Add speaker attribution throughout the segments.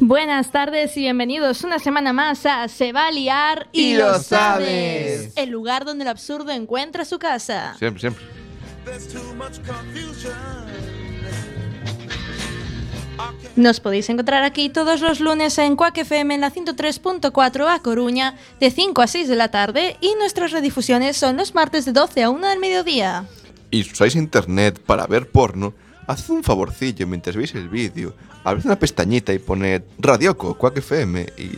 Speaker 1: Buenas tardes y bienvenidos una semana más a Se va a liar
Speaker 2: Y lo sabes.
Speaker 1: El lugar donde el absurdo encuentra su casa.
Speaker 3: Siempre, siempre.
Speaker 1: Nos podéis encontrar aquí todos los lunes en Quack FM en la 103.4 a Coruña de 5 a 6 de la tarde y nuestras redifusiones son los martes de 12 a 1 del mediodía.
Speaker 3: Y si usáis internet para ver porno, haced un favorcillo mientras veis el vídeo. Abrid una pestañita y poned Radioco, Quack FM y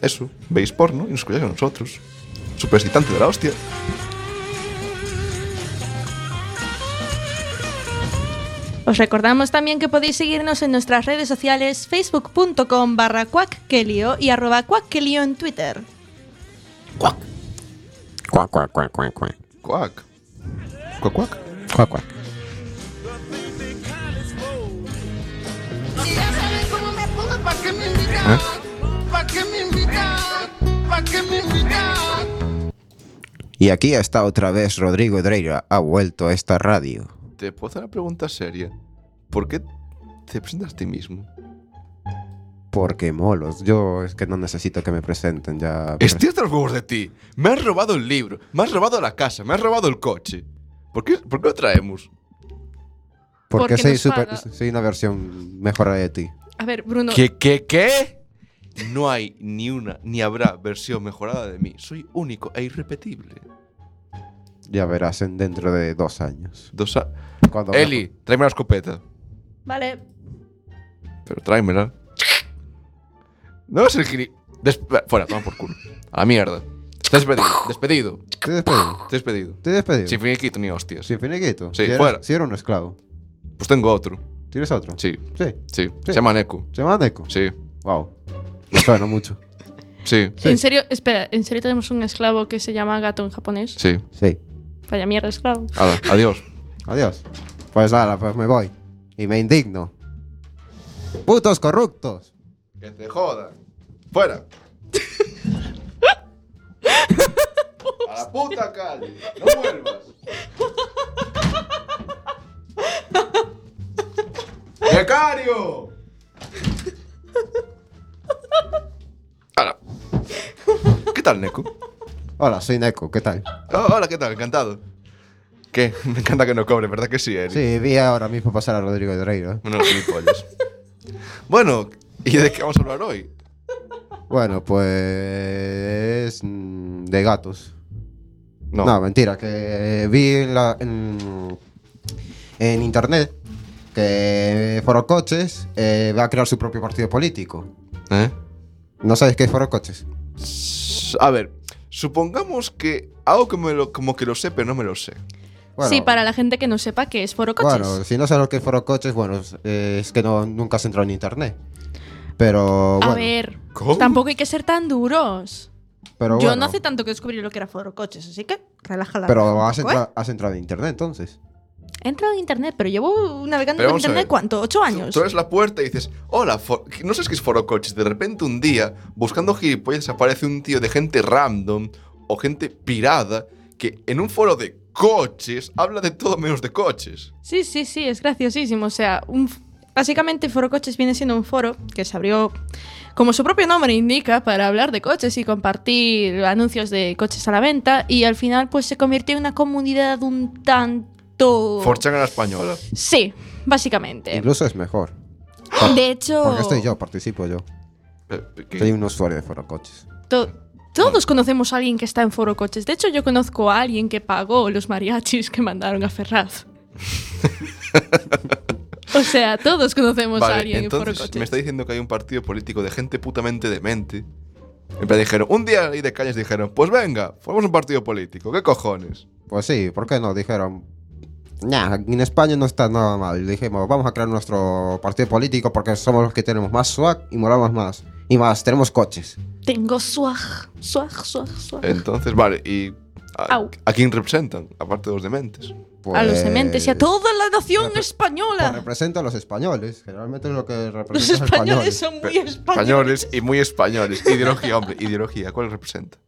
Speaker 3: eso, veis porno y nos escucháis a nosotros. Super excitante de la hostia.
Speaker 1: Os recordamos también que podéis seguirnos en nuestras redes sociales facebook.com barra cuackelio y arroba cuackelio en Twitter.
Speaker 2: Cuac, cuac, cuac, cuac, cuac.
Speaker 3: Quack. Quack, quack.
Speaker 2: Cuac, cuac.
Speaker 4: Y ya saben cómo me pongo, ¿pa' qué me invitan? ¿Pa' qué me invitan? ¿Pa' qué me invitan?
Speaker 5: Y aquí está otra vez Rodrigo Dreira, ha vuelto a esta radio.
Speaker 3: Te puedo hacer una pregunta seria. ¿Por qué te presentas a ti mismo?
Speaker 5: Porque molos, yo es que no necesito que me presenten ya.
Speaker 3: Estoy hasta los huevos de ti. Me has robado el libro, me has robado la casa, me has robado el coche. ¿Por qué, por qué lo traemos?
Speaker 1: Porque
Speaker 5: Porque soy,
Speaker 1: nos
Speaker 5: super-
Speaker 1: paga.
Speaker 5: soy una versión mejorada de ti.
Speaker 1: A ver, Bruno,
Speaker 3: ¿Qué, qué, qué? No hay ni una ni habrá versión mejorada de mí. Soy único e irrepetible.
Speaker 5: Ya verás en dentro de dos años.
Speaker 3: Dos a-
Speaker 5: Cuando
Speaker 3: Eli, tráeme la escopeta.
Speaker 1: vale,
Speaker 3: Pero tráemela. No es el gili... Desp- Fuera, toma por culo. A la mierda. Estás despedido. Despedido.
Speaker 5: Te despedido.
Speaker 3: Estás despedido.
Speaker 5: Te despedido.
Speaker 3: Sin finiquito ni hostias.
Speaker 5: Sin finiquito.
Speaker 3: Sí,
Speaker 5: si eres-
Speaker 3: fuera.
Speaker 5: Si era un esclavo.
Speaker 3: Pues tengo otro.
Speaker 5: ¿Tienes otro?
Speaker 3: Sí,
Speaker 5: Sí.
Speaker 3: sí. Se
Speaker 5: Sí.
Speaker 3: llama Neko.
Speaker 5: ¿Se llama Neko?
Speaker 3: Sí,
Speaker 5: Wow. Me suena mucho.
Speaker 3: sí,
Speaker 5: Sí.
Speaker 6: En serio, espera, ¿en serio tenemos un esclavo que se llama gato en japonés?
Speaker 3: sí.
Speaker 5: Sí.
Speaker 6: Vaya mierda, esclavo.
Speaker 3: Hala, adiós.
Speaker 5: Adiós. Pues nada, pues me voy. Y me indigno. Putos corruptos.
Speaker 3: Que te jodan. Fuera. A la puta calle. No vuelvas. ¡Becario! Hola. ¿Qué tal, Neko?
Speaker 5: Hola, soy Neko, ¿qué tal?
Speaker 3: Oh, hola, ¿qué tal? Encantado. ¿Qué? Me encanta que no cobre, ¿verdad que sí, Eric?
Speaker 5: Sí, vi ahora mismo pasar a Rodrigo ¿eh? Dreiro.
Speaker 3: Menos gilipollas. bueno, ¿y de qué vamos a hablar hoy?
Speaker 5: Bueno, pues. mm, de gatos. No, mentira, que vi en, la- en, en internet que Foro Coches eh, va a crear su propio partido político.
Speaker 3: ¿Eh?
Speaker 5: ¿No sabes qué es Foro Coches?
Speaker 3: S- A ver, supongamos que hago como, lo, como que lo sé, pero no me lo sé.
Speaker 5: Bueno,
Speaker 6: Sí, para la gente que no sepa que es Foro Coches.
Speaker 5: Bueno, si no sabes lo que es Foro Coches, bueno, es, eh, es que no, nunca has entrado en internet. Pero bueno,
Speaker 6: A ver,
Speaker 3: ¿Cómo?
Speaker 6: tampoco hay que ser tan duros.
Speaker 5: pero
Speaker 1: yo
Speaker 5: bueno,
Speaker 1: no hace tanto que descubrí lo que era Foro Coches, así que relájala.
Speaker 5: pero
Speaker 6: ¿Eh?
Speaker 5: has,
Speaker 1: entrado...
Speaker 5: entra- has entrado en internet entonces.
Speaker 1: He entrado en internet, pero llevo navegando
Speaker 3: Pero
Speaker 1: en
Speaker 3: vamos a
Speaker 1: internet
Speaker 3: ver.
Speaker 1: ¿cuánto? ¿Ocho
Speaker 3: Tú,
Speaker 1: años?
Speaker 3: tú abres la puerta y dices, hola, for- no sé qué es foro coches. De repente un día, buscando gilipollas, aparece un tío de gente random o gente pirada que en un foro de coches habla de todo menos de coches.
Speaker 6: Sí, sí, sí, es graciosísimo. O sea, un f- básicamente Foro Coches viene siendo un foro que se abrió, como su propio nombre indica, para hablar de coches y compartir anuncios de coches a la venta. Y al final, pues se convirtió en una comunidad un tanto.
Speaker 3: Forchan a la española.
Speaker 6: Sí, básicamente.
Speaker 5: Incluso es mejor.
Speaker 6: De hecho.
Speaker 5: Porque estoy yo, participo yo.
Speaker 3: Eh, ¿qué?
Speaker 5: Soy un usuario de Foro Coches.
Speaker 6: To- todos conocemos a alguien que está en Foro Coches. De hecho, yo conozco a alguien que pagó los mariachis que mandaron a Ferraz. o sea, todos conocemos a
Speaker 3: Vale,
Speaker 6: alguien en Foro
Speaker 3: entonces
Speaker 6: Coches.
Speaker 3: me está diciendo que hay un partido político de gente putamente demente. En plan, dijeron, un día ahí de calles dijeron, pues venga, formamos un partido político, ¿qué cojones?
Speaker 5: Pues sí, ¿por qué no? Dijeron, nah, en España no está nada mal. Dijimos, vamos a crear nuestro partido político porque somos los que tenemos más swag y moramos más. Y más, tenemos coches.
Speaker 6: Tengo swag, swag, swag,
Speaker 3: Eh,
Speaker 6: swag.
Speaker 3: Entonces, vale, ¿y a,
Speaker 6: Au.
Speaker 3: a quién representan? Aparte de los dementes.
Speaker 6: A los dementes y a
Speaker 5: Pues,
Speaker 6: toda la nación
Speaker 5: Representa- pues
Speaker 6: española.
Speaker 5: representa a los españoles. Generalmente es lo que representa
Speaker 6: Los
Speaker 5: a los
Speaker 6: españoles
Speaker 5: españoles.
Speaker 6: son muy españoles.
Speaker 3: Españoles y muy españoles. Ideología, hombre, ideología, ¿cuál representa?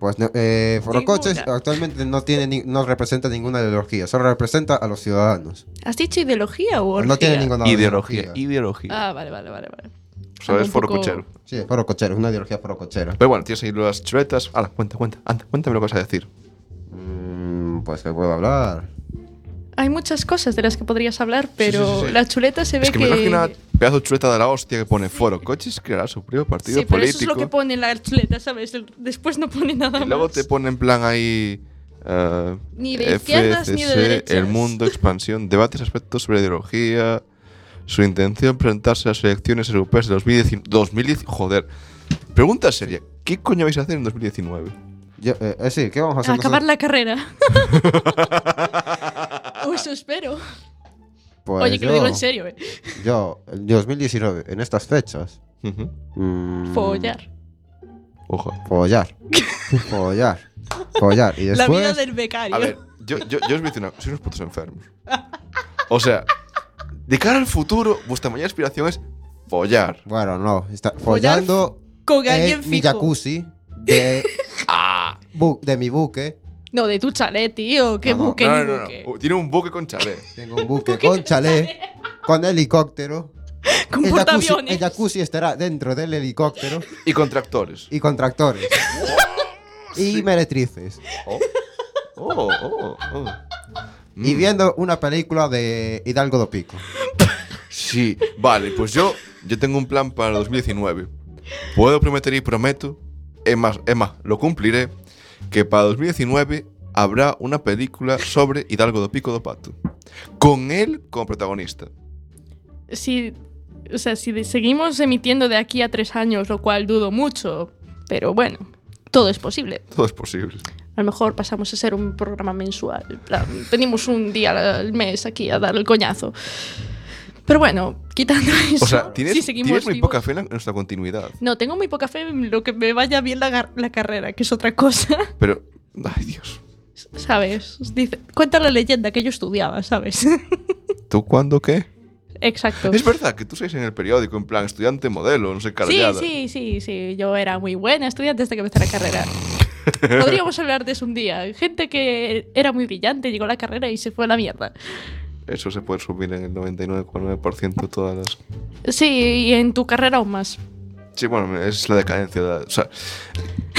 Speaker 5: Pues no, eh, Forocoches
Speaker 6: Ninguna.
Speaker 5: actualmente no, tiene ni- no representa ninguna ideología, solo representa a los ciudadanos.
Speaker 6: ¿Has dicho ideología o
Speaker 5: No tiene
Speaker 6: orgía?
Speaker 5: ninguna
Speaker 3: ideología,
Speaker 5: ideología.
Speaker 3: ideología.
Speaker 6: Ah, vale, vale, vale, vale.
Speaker 3: O sea,
Speaker 6: Algo
Speaker 3: es
Speaker 6: un
Speaker 3: foro
Speaker 6: poco-
Speaker 3: cochero.
Speaker 5: Sí, es foro cochero, es una ideología foro cochera.
Speaker 3: Pero bueno, tienes ahí las chuletas. Ahora, cuenta, cuenta. Anda, cuéntame lo que vas a decir.
Speaker 5: Mm, pues que puedo hablar.
Speaker 6: Hay muchas cosas de las que podrías hablar, pero
Speaker 3: sí, sí, sí.
Speaker 6: la chuleta se ve
Speaker 3: Es que
Speaker 6: que.
Speaker 3: me imagino una pedazo de chuleta de la hostia que pone foro coches creará su propio partido
Speaker 6: sí, pero eso es
Speaker 3: político.
Speaker 6: lo que pone la chuleta, ¿sabes? El- Después no pone nada
Speaker 3: y luego
Speaker 6: más.
Speaker 3: te pone en plan ahí. eh,
Speaker 6: Ni de izquierdas ni de derechas.
Speaker 3: El mundo, expansión, debates, aspectos sobre ideología. Su intención presentarse a las elecciones europeas de 2019. 2010 joder. Pregunta seria: ¿qué coño vais a hacer en 2019?
Speaker 5: Yo, eh, eh, sí, ¿qué vamos a hacer?
Speaker 6: acabar
Speaker 5: nosotros?
Speaker 6: la carrera. O eso espero.
Speaker 5: Pues
Speaker 6: Oye, que
Speaker 5: yo,
Speaker 6: lo digo en serio, ¿eh?
Speaker 5: Yo, el 2019, en estas fechas.
Speaker 3: Ujú.
Speaker 5: mm,
Speaker 6: Follar.
Speaker 3: Ojo.
Speaker 5: Follar. follar. Follar. Y
Speaker 6: La vida
Speaker 5: después.
Speaker 6: del becario.
Speaker 3: A ver, yo, yo, yo os voy a decir una sois unos putos enfermos. O sea, de cara al futuro, vuestra mayor aspiración es follar.
Speaker 5: Bueno, no. Está
Speaker 6: Follar
Speaker 5: follando.
Speaker 6: con alguien
Speaker 3: eh,
Speaker 5: en mi
Speaker 6: fijo.
Speaker 5: jacuzzi. De, ah, bu- de mi buque.
Speaker 6: No, de tu chalet, tío. ¿Qué
Speaker 5: No, no,
Speaker 6: buque?
Speaker 3: no,
Speaker 6: ni
Speaker 3: no, no,
Speaker 6: buque.
Speaker 3: no. Tiene un buque con Chávez.
Speaker 5: Tengo un buque con chalet. Con helicóptero.
Speaker 6: Con
Speaker 5: el jacuzzi, el
Speaker 6: portaaviones.
Speaker 5: jacuzzi estará dentro del helicóptero.
Speaker 3: Y con tractores.
Speaker 5: Y con tractores. y meretrices.
Speaker 3: Oh, oh, oh, oh. Mm.
Speaker 5: Y viendo una película de Hidalgo do Pico.
Speaker 3: Sí, vale, pues yo, yo tengo un plan para 2019. Puedo prometer y prometo, es más, es más, lo cumpliré, que para 2019 habrá una película sobre Hidalgo do Pico do Pato. Con él como protagonista.
Speaker 6: Si, o sea, si de- seguimos emitiendo de aquí a tres años, lo cual dudo mucho, pero bueno, todo es posible.
Speaker 3: Todo es posible.
Speaker 6: A lo mejor pasamos a ser un programa mensual. en plan, Venimos un día al mes aquí a dar el coñazo. Pero bueno, quitando eso,
Speaker 3: O sea, tienes,
Speaker 6: si seguimos
Speaker 3: tienes muy
Speaker 6: vivos-
Speaker 3: poca fe en la- en nuestra continuidad.
Speaker 6: No, tengo muy poca fe en lo que me vaya bien la, gar- la carrera, que es otra cosa.
Speaker 3: Pero, ay Dios.
Speaker 6: ¿Sabes? Dice, cuenta la leyenda que yo estudiaba, ¿sabes?
Speaker 3: ¿Tú cuándo qué?
Speaker 6: Exacto.
Speaker 3: Es verdad que tú sois en el periódico, en plan estudiante modelo, no sé,
Speaker 6: Sí,
Speaker 3: cargada.
Speaker 6: sí, sí, sí. Yo era muy buena estudiante hasta que empecé la carrera. Podríamos hablar de eso un día. Gente que era muy brillante, llegó a la carrera y se fue a la mierda.
Speaker 3: Eso se puede subir en el 99,9% de todas las...
Speaker 6: Sí, y en tu carrera aún más.
Speaker 3: Sí, bueno, es la decadencia. de la- o sea,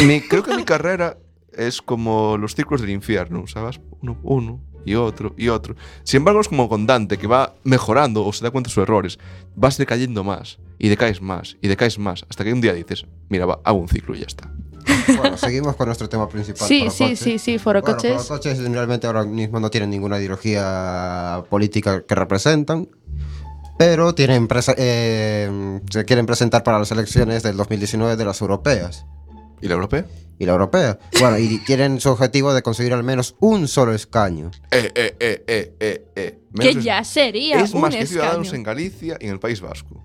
Speaker 3: mi- creo que mi carrera es como los círculos del infierno, ¿sabes? Uno, uno y otro y otro. Sin embargo, es como con Dante, que va mejorando o se da cuenta de sus errores. Vas decayendo más y decaes más y decaes más hasta que un día dices, mira, va, hago un ciclo y ya está.
Speaker 5: Bueno, seguimos con nuestro tema principal.
Speaker 6: Sí,
Speaker 5: foro
Speaker 6: sí,
Speaker 5: coches.
Speaker 6: sí, sí, foro
Speaker 5: Bueno,
Speaker 6: coches.
Speaker 5: foro coches realmente ahora mismo no tienen ninguna ideología política que representan, pero tienen presa- eh, se quieren presentar para las elecciones del 2019 de las europeas
Speaker 3: ¿Y la europea?
Speaker 5: y la europea. Bueno, y tienen su objetivo de conseguir al menos un solo escaño.
Speaker 3: Eh, eh, eh, eh, eh, eh.
Speaker 6: Que
Speaker 3: Menos es-
Speaker 6: ya sería
Speaker 3: Es
Speaker 6: un
Speaker 3: más que
Speaker 6: escaño.
Speaker 3: Ciudadanos en Galicia y en el País Vasco.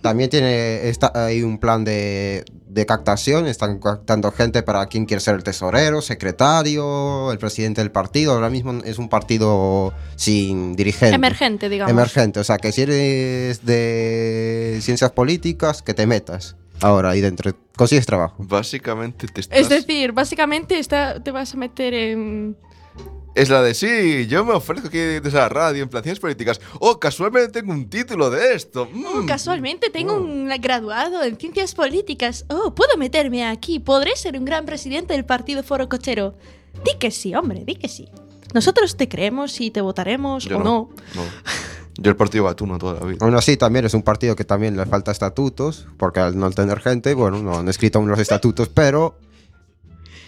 Speaker 5: También tiene está, hay un plan de, de captación, están captando gente para quien quiere ser el tesorero, secretario, el presidente del partido. Ahora mismo es un partido sin dirigente.
Speaker 6: Emergente, digamos.
Speaker 5: Emergente, o sea, que si eres de ciencias políticas, que te metas ahora ahí dentro, consigues trabajo.
Speaker 3: Básicamente te estás...
Speaker 6: Es decir, básicamente está, te vas a meter en...
Speaker 3: Es la de sí, yo me ofrezco aquí desde la radio en planciones políticas. Oh, casualmente tengo un título de esto.
Speaker 6: Oh,
Speaker 3: Mm.
Speaker 6: casualmente tengo
Speaker 3: Oh.
Speaker 6: un graduado en ciencias políticas. Oh, puedo meterme aquí. Podré ser un gran presidente del partido Foro Cochero. Di que sí, hombre, di que sí. Nosotros te creemos y te votaremos
Speaker 3: Yo
Speaker 6: o no.
Speaker 3: no. Yo el partido gatuno toda la vida.
Speaker 5: Aún así, también es un partido que también le falta estatutos, porque al no tener gente, bueno, no han escrito aún los estatutos, pero.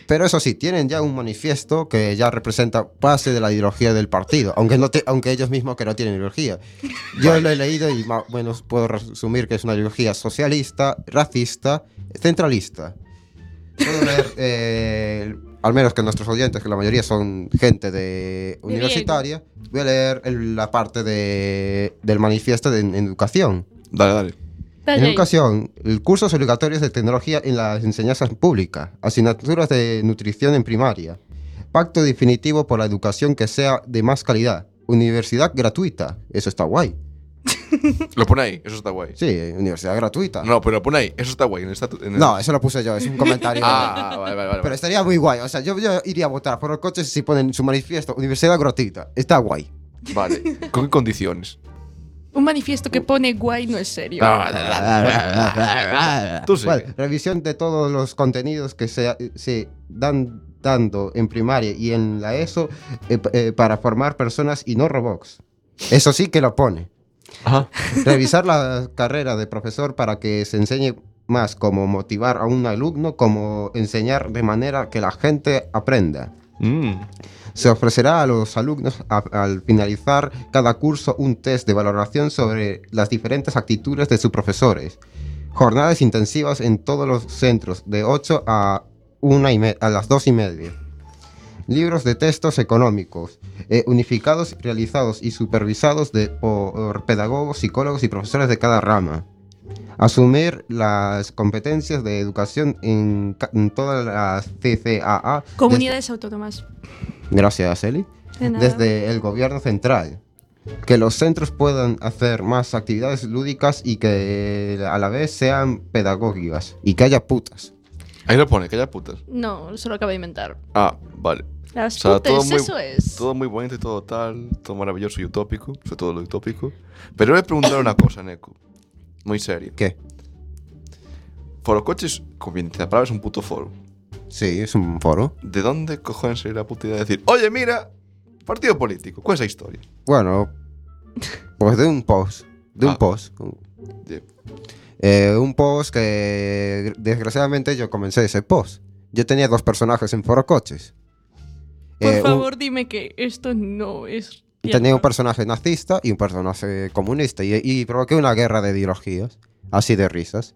Speaker 5: Pero eso sí, tienen ya un manifiesto que ya representa base de la ideología del partido, aunque, no te- aunque ellos mismos que no tienen ideología. Yo lo he leído y más o menos puedo resumir que es una ideología socialista, racista, centralista. Puedo leer, eh, al menos que nuestros oyentes, que la mayoría son gente de
Speaker 6: bien.
Speaker 5: universitaria, voy a leer el- la parte de- del manifiesto de, en educación.
Speaker 3: Dale, dale.
Speaker 5: En educación, el cursos obligatorios de tecnología en las enseñanzas públicas, asignaturas de nutrición en primaria, pacto definitivo por la educación que sea de más calidad, universidad gratuita, eso está guay.
Speaker 3: Lo pone ahí, eso está guay.
Speaker 5: Sí, universidad gratuita.
Speaker 3: No, pero lo pone ahí, eso está guay. En el estatu- en el-
Speaker 5: No, eso lo puse yo, es un comentario.
Speaker 3: Ah, vale, vale, vale.
Speaker 5: Pero estaría muy guay, o sea, yo, yo iría a votar por los coches si ponen su manifiesto, universidad gratuita, está guay.
Speaker 3: Vale. ¿Con qué condiciones?
Speaker 6: Un manifiesto que pone guay no es serio.
Speaker 3: Ah. Tú sí.
Speaker 5: Bueno, revisión de todos los contenidos que se, se dan dando en primaria y en la ESO eh, pa- eh, para formar personas y no robots. Eso sí que lo pone.
Speaker 3: Ajá.
Speaker 5: Revisar la carrera de profesor para que se enseñe más cómo motivar a un alumno, cómo enseñar de manera que la gente aprenda.
Speaker 3: Mm.
Speaker 5: Se ofrecerá a los alumnos a- al finalizar cada curso un test de valoración sobre las diferentes actitudes de sus profesores. Jornadas intensivas en todos los centros de 8 a, una y me- a las 2 y media. Libros de textos económicos, eh, unificados, realizados y supervisados de- por pedagogos, psicólogos y profesores de cada rama. Asumir las competencias de educación en, ca- en todas las CCAA. desde-
Speaker 6: Comunidades autónomas.
Speaker 5: Gracias, Eli.
Speaker 6: De nada.
Speaker 5: Desde el gobierno central. Que los centros puedan hacer más actividades lúdicas y que eh, a la vez sean pedagógicas. Y que haya putas.
Speaker 3: Ahí lo pone, que haya putas.
Speaker 6: No, se lo acabo de inventar.
Speaker 3: Ah, vale.
Speaker 6: Las
Speaker 3: O sea, todo
Speaker 6: putes,
Speaker 3: muy-
Speaker 6: eso es.
Speaker 3: Todo muy bonito y todo tal, todo maravilloso y utópico, sobre todo lo utópico. Pero le preguntar una cosa, Neko. Muy serio.
Speaker 5: ¿Qué?
Speaker 3: Foro coches, como bien dice la palabra, es un puto foro.
Speaker 5: Sí, es un foro.
Speaker 3: ¿De dónde cojones salió la puta idea de decir, oye, mira, partido político, ¿cuál es la historia?
Speaker 5: Bueno, pues de un post. De un
Speaker 3: Ah.
Speaker 5: post.
Speaker 3: De-
Speaker 5: Eh, un post que gr- desgraciadamente yo comencé ese post. Yo tenía dos personajes en foro coches.
Speaker 6: Por
Speaker 5: Eh, un-
Speaker 6: favor, dime que esto no es.
Speaker 5: Tenía
Speaker 6: tierno.
Speaker 5: un personaje nazista y un personaje comunista y, y provoqué una guerra de ideologías, así de risas.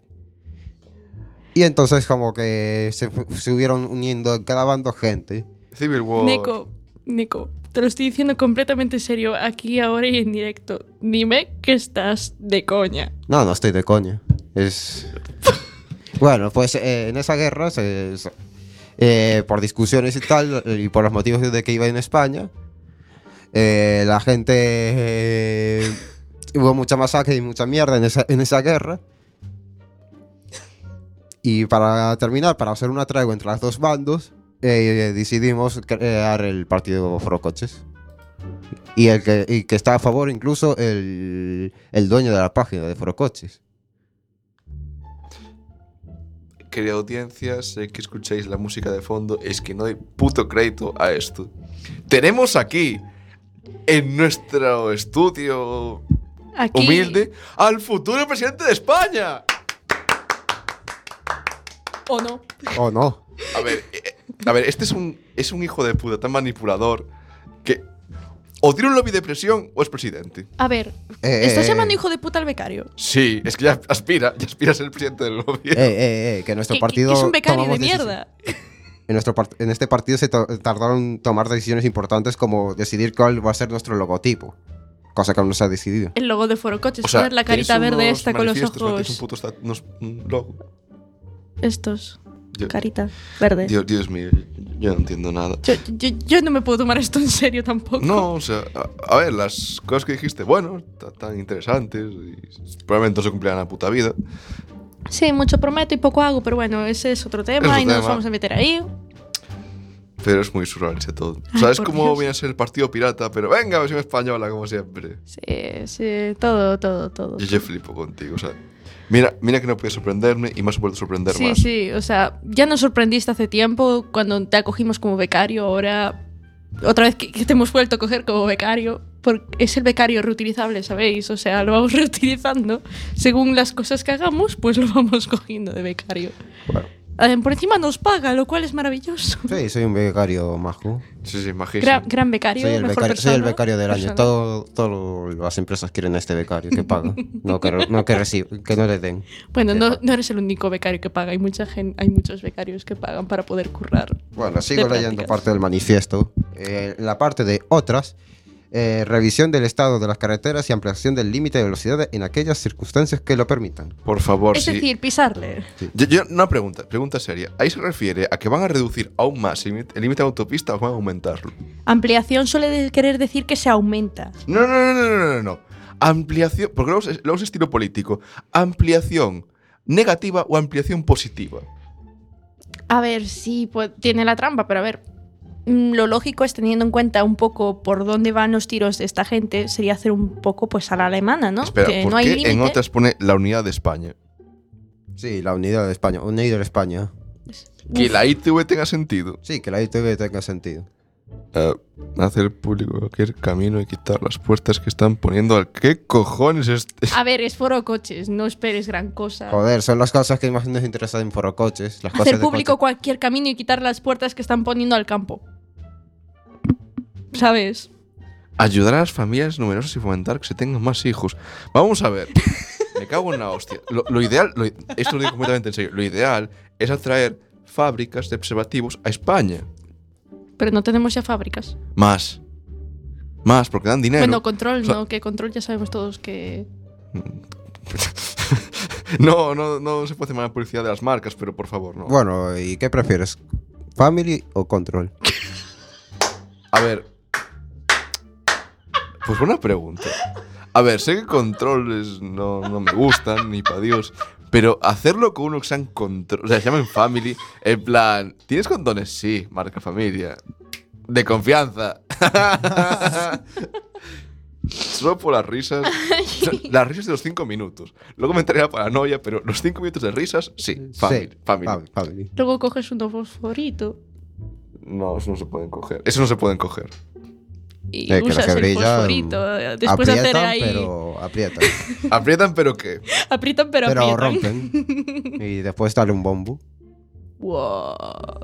Speaker 5: Y entonces como que se, fu- se hubieron uniendo en cada bando gente.
Speaker 3: Civil War.
Speaker 6: Neko, Neko, te lo estoy diciendo completamente serio, aquí, ahora y en directo. Dime que estás de coña.
Speaker 5: No, no estoy de coña. Es... bueno, pues eh, en esa guerra, se- se- eh, por discusiones y tal, y por los motivos de que iba en España, eh, la gente... eh, hubo mucha masacre y mucha mierda en esa, en esa guerra. Y para terminar, para hacer una tregua entre los dos bandos, eh, decidimos crear el partido Forocoches. Y el que, y que está a favor incluso el, el dueño de la página de Forocoches.
Speaker 3: Querida audiencia, sé que escucháis la música de fondo, es que no doy puto crédito a esto. Tenemos aquí, en nuestro estudio
Speaker 6: Aquí,
Speaker 3: humilde, al futuro presidente de España.
Speaker 6: ¿O no?
Speaker 5: Oh, no.
Speaker 3: A ver, eh, a ver, este es un, es un hijo de puta tan manipulador que o tiene un lobby de presión o es presidente.
Speaker 6: A ver,
Speaker 5: Eh,
Speaker 6: estás
Speaker 5: eh,
Speaker 6: llamando
Speaker 5: eh.
Speaker 6: hijo de puta al becario.
Speaker 3: Sí, es que ya aspira, ya aspira a ser el presidente del lobby.
Speaker 5: Eh, eh, eh, que nuestro
Speaker 6: Que- que-
Speaker 5: partido.
Speaker 6: que es un becario de
Speaker 5: tomamos decisi-
Speaker 6: mierda.
Speaker 5: En, nuestro part- en este partido se to- tardaron en tomar decisiones importantes como decidir cuál va a ser nuestro logotipo. Cosa que aún no se ha decidido.
Speaker 6: El logo de Forocoches,
Speaker 3: O sea,
Speaker 6: poner la carita
Speaker 3: tienes
Speaker 6: verde
Speaker 3: unos
Speaker 6: esta con los
Speaker 3: manifiestos, ¿no? Tienes un
Speaker 6: ojos.
Speaker 3: puto esta- unos- un logo.
Speaker 6: Estos,
Speaker 3: Dios,
Speaker 6: carita verde.
Speaker 3: Dios- Dios mío, yo no entiendo nada.
Speaker 6: Yo, yo- yo no me puedo tomar esto en serio tampoco.
Speaker 3: No, o sea, a, a ver, las cosas que dijiste, bueno, ta- tan interesantes y probablemente no se cumplirán en la puta vida.
Speaker 6: Sí, mucho prometo y poco hago, pero bueno, ese es otro tema
Speaker 3: otro
Speaker 6: y no nos
Speaker 3: tema.
Speaker 6: vamos a meter ahí.
Speaker 3: Pero es muy surrealista todo.
Speaker 6: Ay,
Speaker 3: ¿Sabes
Speaker 6: por
Speaker 3: cómo
Speaker 6: Dios.
Speaker 3: viene a ser el partido pirata? Pero venga, versión española, como siempre.
Speaker 6: Sí, sí, todo, todo, todo.
Speaker 3: Yo, yo flipo contigo, o sea. Mira, mira que no puedes sorprenderme y me has vuelto a sorprender
Speaker 6: Sí,
Speaker 3: más.
Speaker 6: sí, o sea, ya nos sorprendiste hace tiempo cuando te acogimos como becario, ahora otra vez que, que te hemos vuelto a coger como becario, porque es el becario reutilizable, ¿sabéis? O sea, lo vamos reutilizando según las cosas que hagamos, pues lo vamos cogiendo de becario.
Speaker 5: Bueno.
Speaker 6: Eh, Por encima nos paga, lo cual es maravilloso.
Speaker 5: Sí, soy un becario majo.
Speaker 3: Sí, sí,
Speaker 6: Gran,
Speaker 3: imagínate.
Speaker 6: gran becario,
Speaker 5: Soy el
Speaker 6: mejor
Speaker 5: becario, soy el
Speaker 6: persona,
Speaker 5: becario del año.
Speaker 6: persona.
Speaker 5: Todas las empresas quieren a este becario que paga. No que, re- no que recibe, que no le den.
Speaker 6: Bueno, no,
Speaker 5: Eh,
Speaker 6: no eres el único becario que paga, hay, mucha gen- hay muchos becarios que pagan para poder currar.
Speaker 5: Bueno, sigo
Speaker 6: de
Speaker 5: leyendo
Speaker 6: prácticas.
Speaker 5: parte del manifiesto. Eh, la parte de otras, eh, revisión del estado de las carreteras y ampliación del límite de velocidad en aquellas circunstancias que lo permitan.
Speaker 3: Por favor,
Speaker 6: Es
Speaker 3: sí.
Speaker 6: decir, pisarle.
Speaker 3: Yo, yo- una pregunta, pregunta seria. ¿Ahí se refiere a que van a reducir aún más el límite- el límite de autopista o van a aumentarlo?
Speaker 6: Ampliación suele de- querer decir que se aumenta.
Speaker 3: No, no, no, no, no, no, no. Ampliación, porque luego es, luego es estilo político. Ampliación negativa o ampliación positiva.
Speaker 6: A ver, sí, pues, tiene la trampa, pero a ver. mm, lo lógico es teniendo en cuenta un poco por dónde van los tiros de esta gente, sería hacer un poco pues a la alemana, ¿no?
Speaker 3: Espera,
Speaker 6: que
Speaker 3: ¿por
Speaker 6: no hay
Speaker 3: qué
Speaker 6: límite.
Speaker 3: en otras pone la unidad de España?
Speaker 5: Sí, la unidad de España. Unido de España.
Speaker 3: Que la ITV tenga sentido.
Speaker 5: Sí, que la ITV tenga sentido.
Speaker 3: Eh, hacer público cualquier camino y quitar las puertas que están poniendo al... ¿Qué cojones es este?
Speaker 6: A ver, es foro coches, no esperes gran cosa.
Speaker 5: Ah. Joder, son las cosas que más nos interesan en forocoches. Las cosas
Speaker 6: Hacer
Speaker 5: de
Speaker 6: público
Speaker 5: coche.
Speaker 6: cualquier camino y quitar las puertas que están poniendo al campo. ¿Sabes?
Speaker 3: Ayudar a las familias numerosas y fomentar que se tengan más hijos. Vamos a ver. Me cago en la hostia. Lo, lo ideal, lo i- esto lo digo completamente en serio, lo ideal es atraer fábricas de preservativos a España.
Speaker 6: Pero no tenemos ya fábricas.
Speaker 3: Más. Más, porque dan dinero.
Speaker 6: bueno, control,
Speaker 3: o sea-
Speaker 6: ¿no? Que control ya sabemos todos que...
Speaker 3: No, no, no se puede hacer mala publicidad de las marcas, pero por favor, no.
Speaker 5: Bueno, ¿y qué prefieres? ¿Family o Control?
Speaker 3: A ver. Pues buena pregunta. A ver, sé que controles no, no me gustan, ni para Dios. Pero hacerlo con uno que sean control. O sea, se llamen family. En plan, ¿tienes condones? Sí, marca familia. De confianza. Solo por las risas. O sea, Las risas de los cinco minutos. Luego me entraría la paranoia, pero los cinco minutos de risas, sí. Family.
Speaker 5: Sí,
Speaker 3: family.
Speaker 5: fam- family.
Speaker 6: Luego coges un fosforito
Speaker 3: No, eso no se pueden coger. Eso no se pueden coger.
Speaker 6: y
Speaker 5: Eh, que
Speaker 6: usas
Speaker 5: las
Speaker 6: el
Speaker 5: hebrillas,
Speaker 6: fosforito. eh, Después de hacer
Speaker 5: aprietan,
Speaker 6: ahí...
Speaker 5: pero aprietan.
Speaker 3: Aprietan, pero ¿qué?
Speaker 6: Aprietan pero,
Speaker 5: pero
Speaker 6: aprietan.
Speaker 5: rompen. y después dale un bombo.
Speaker 6: Wow.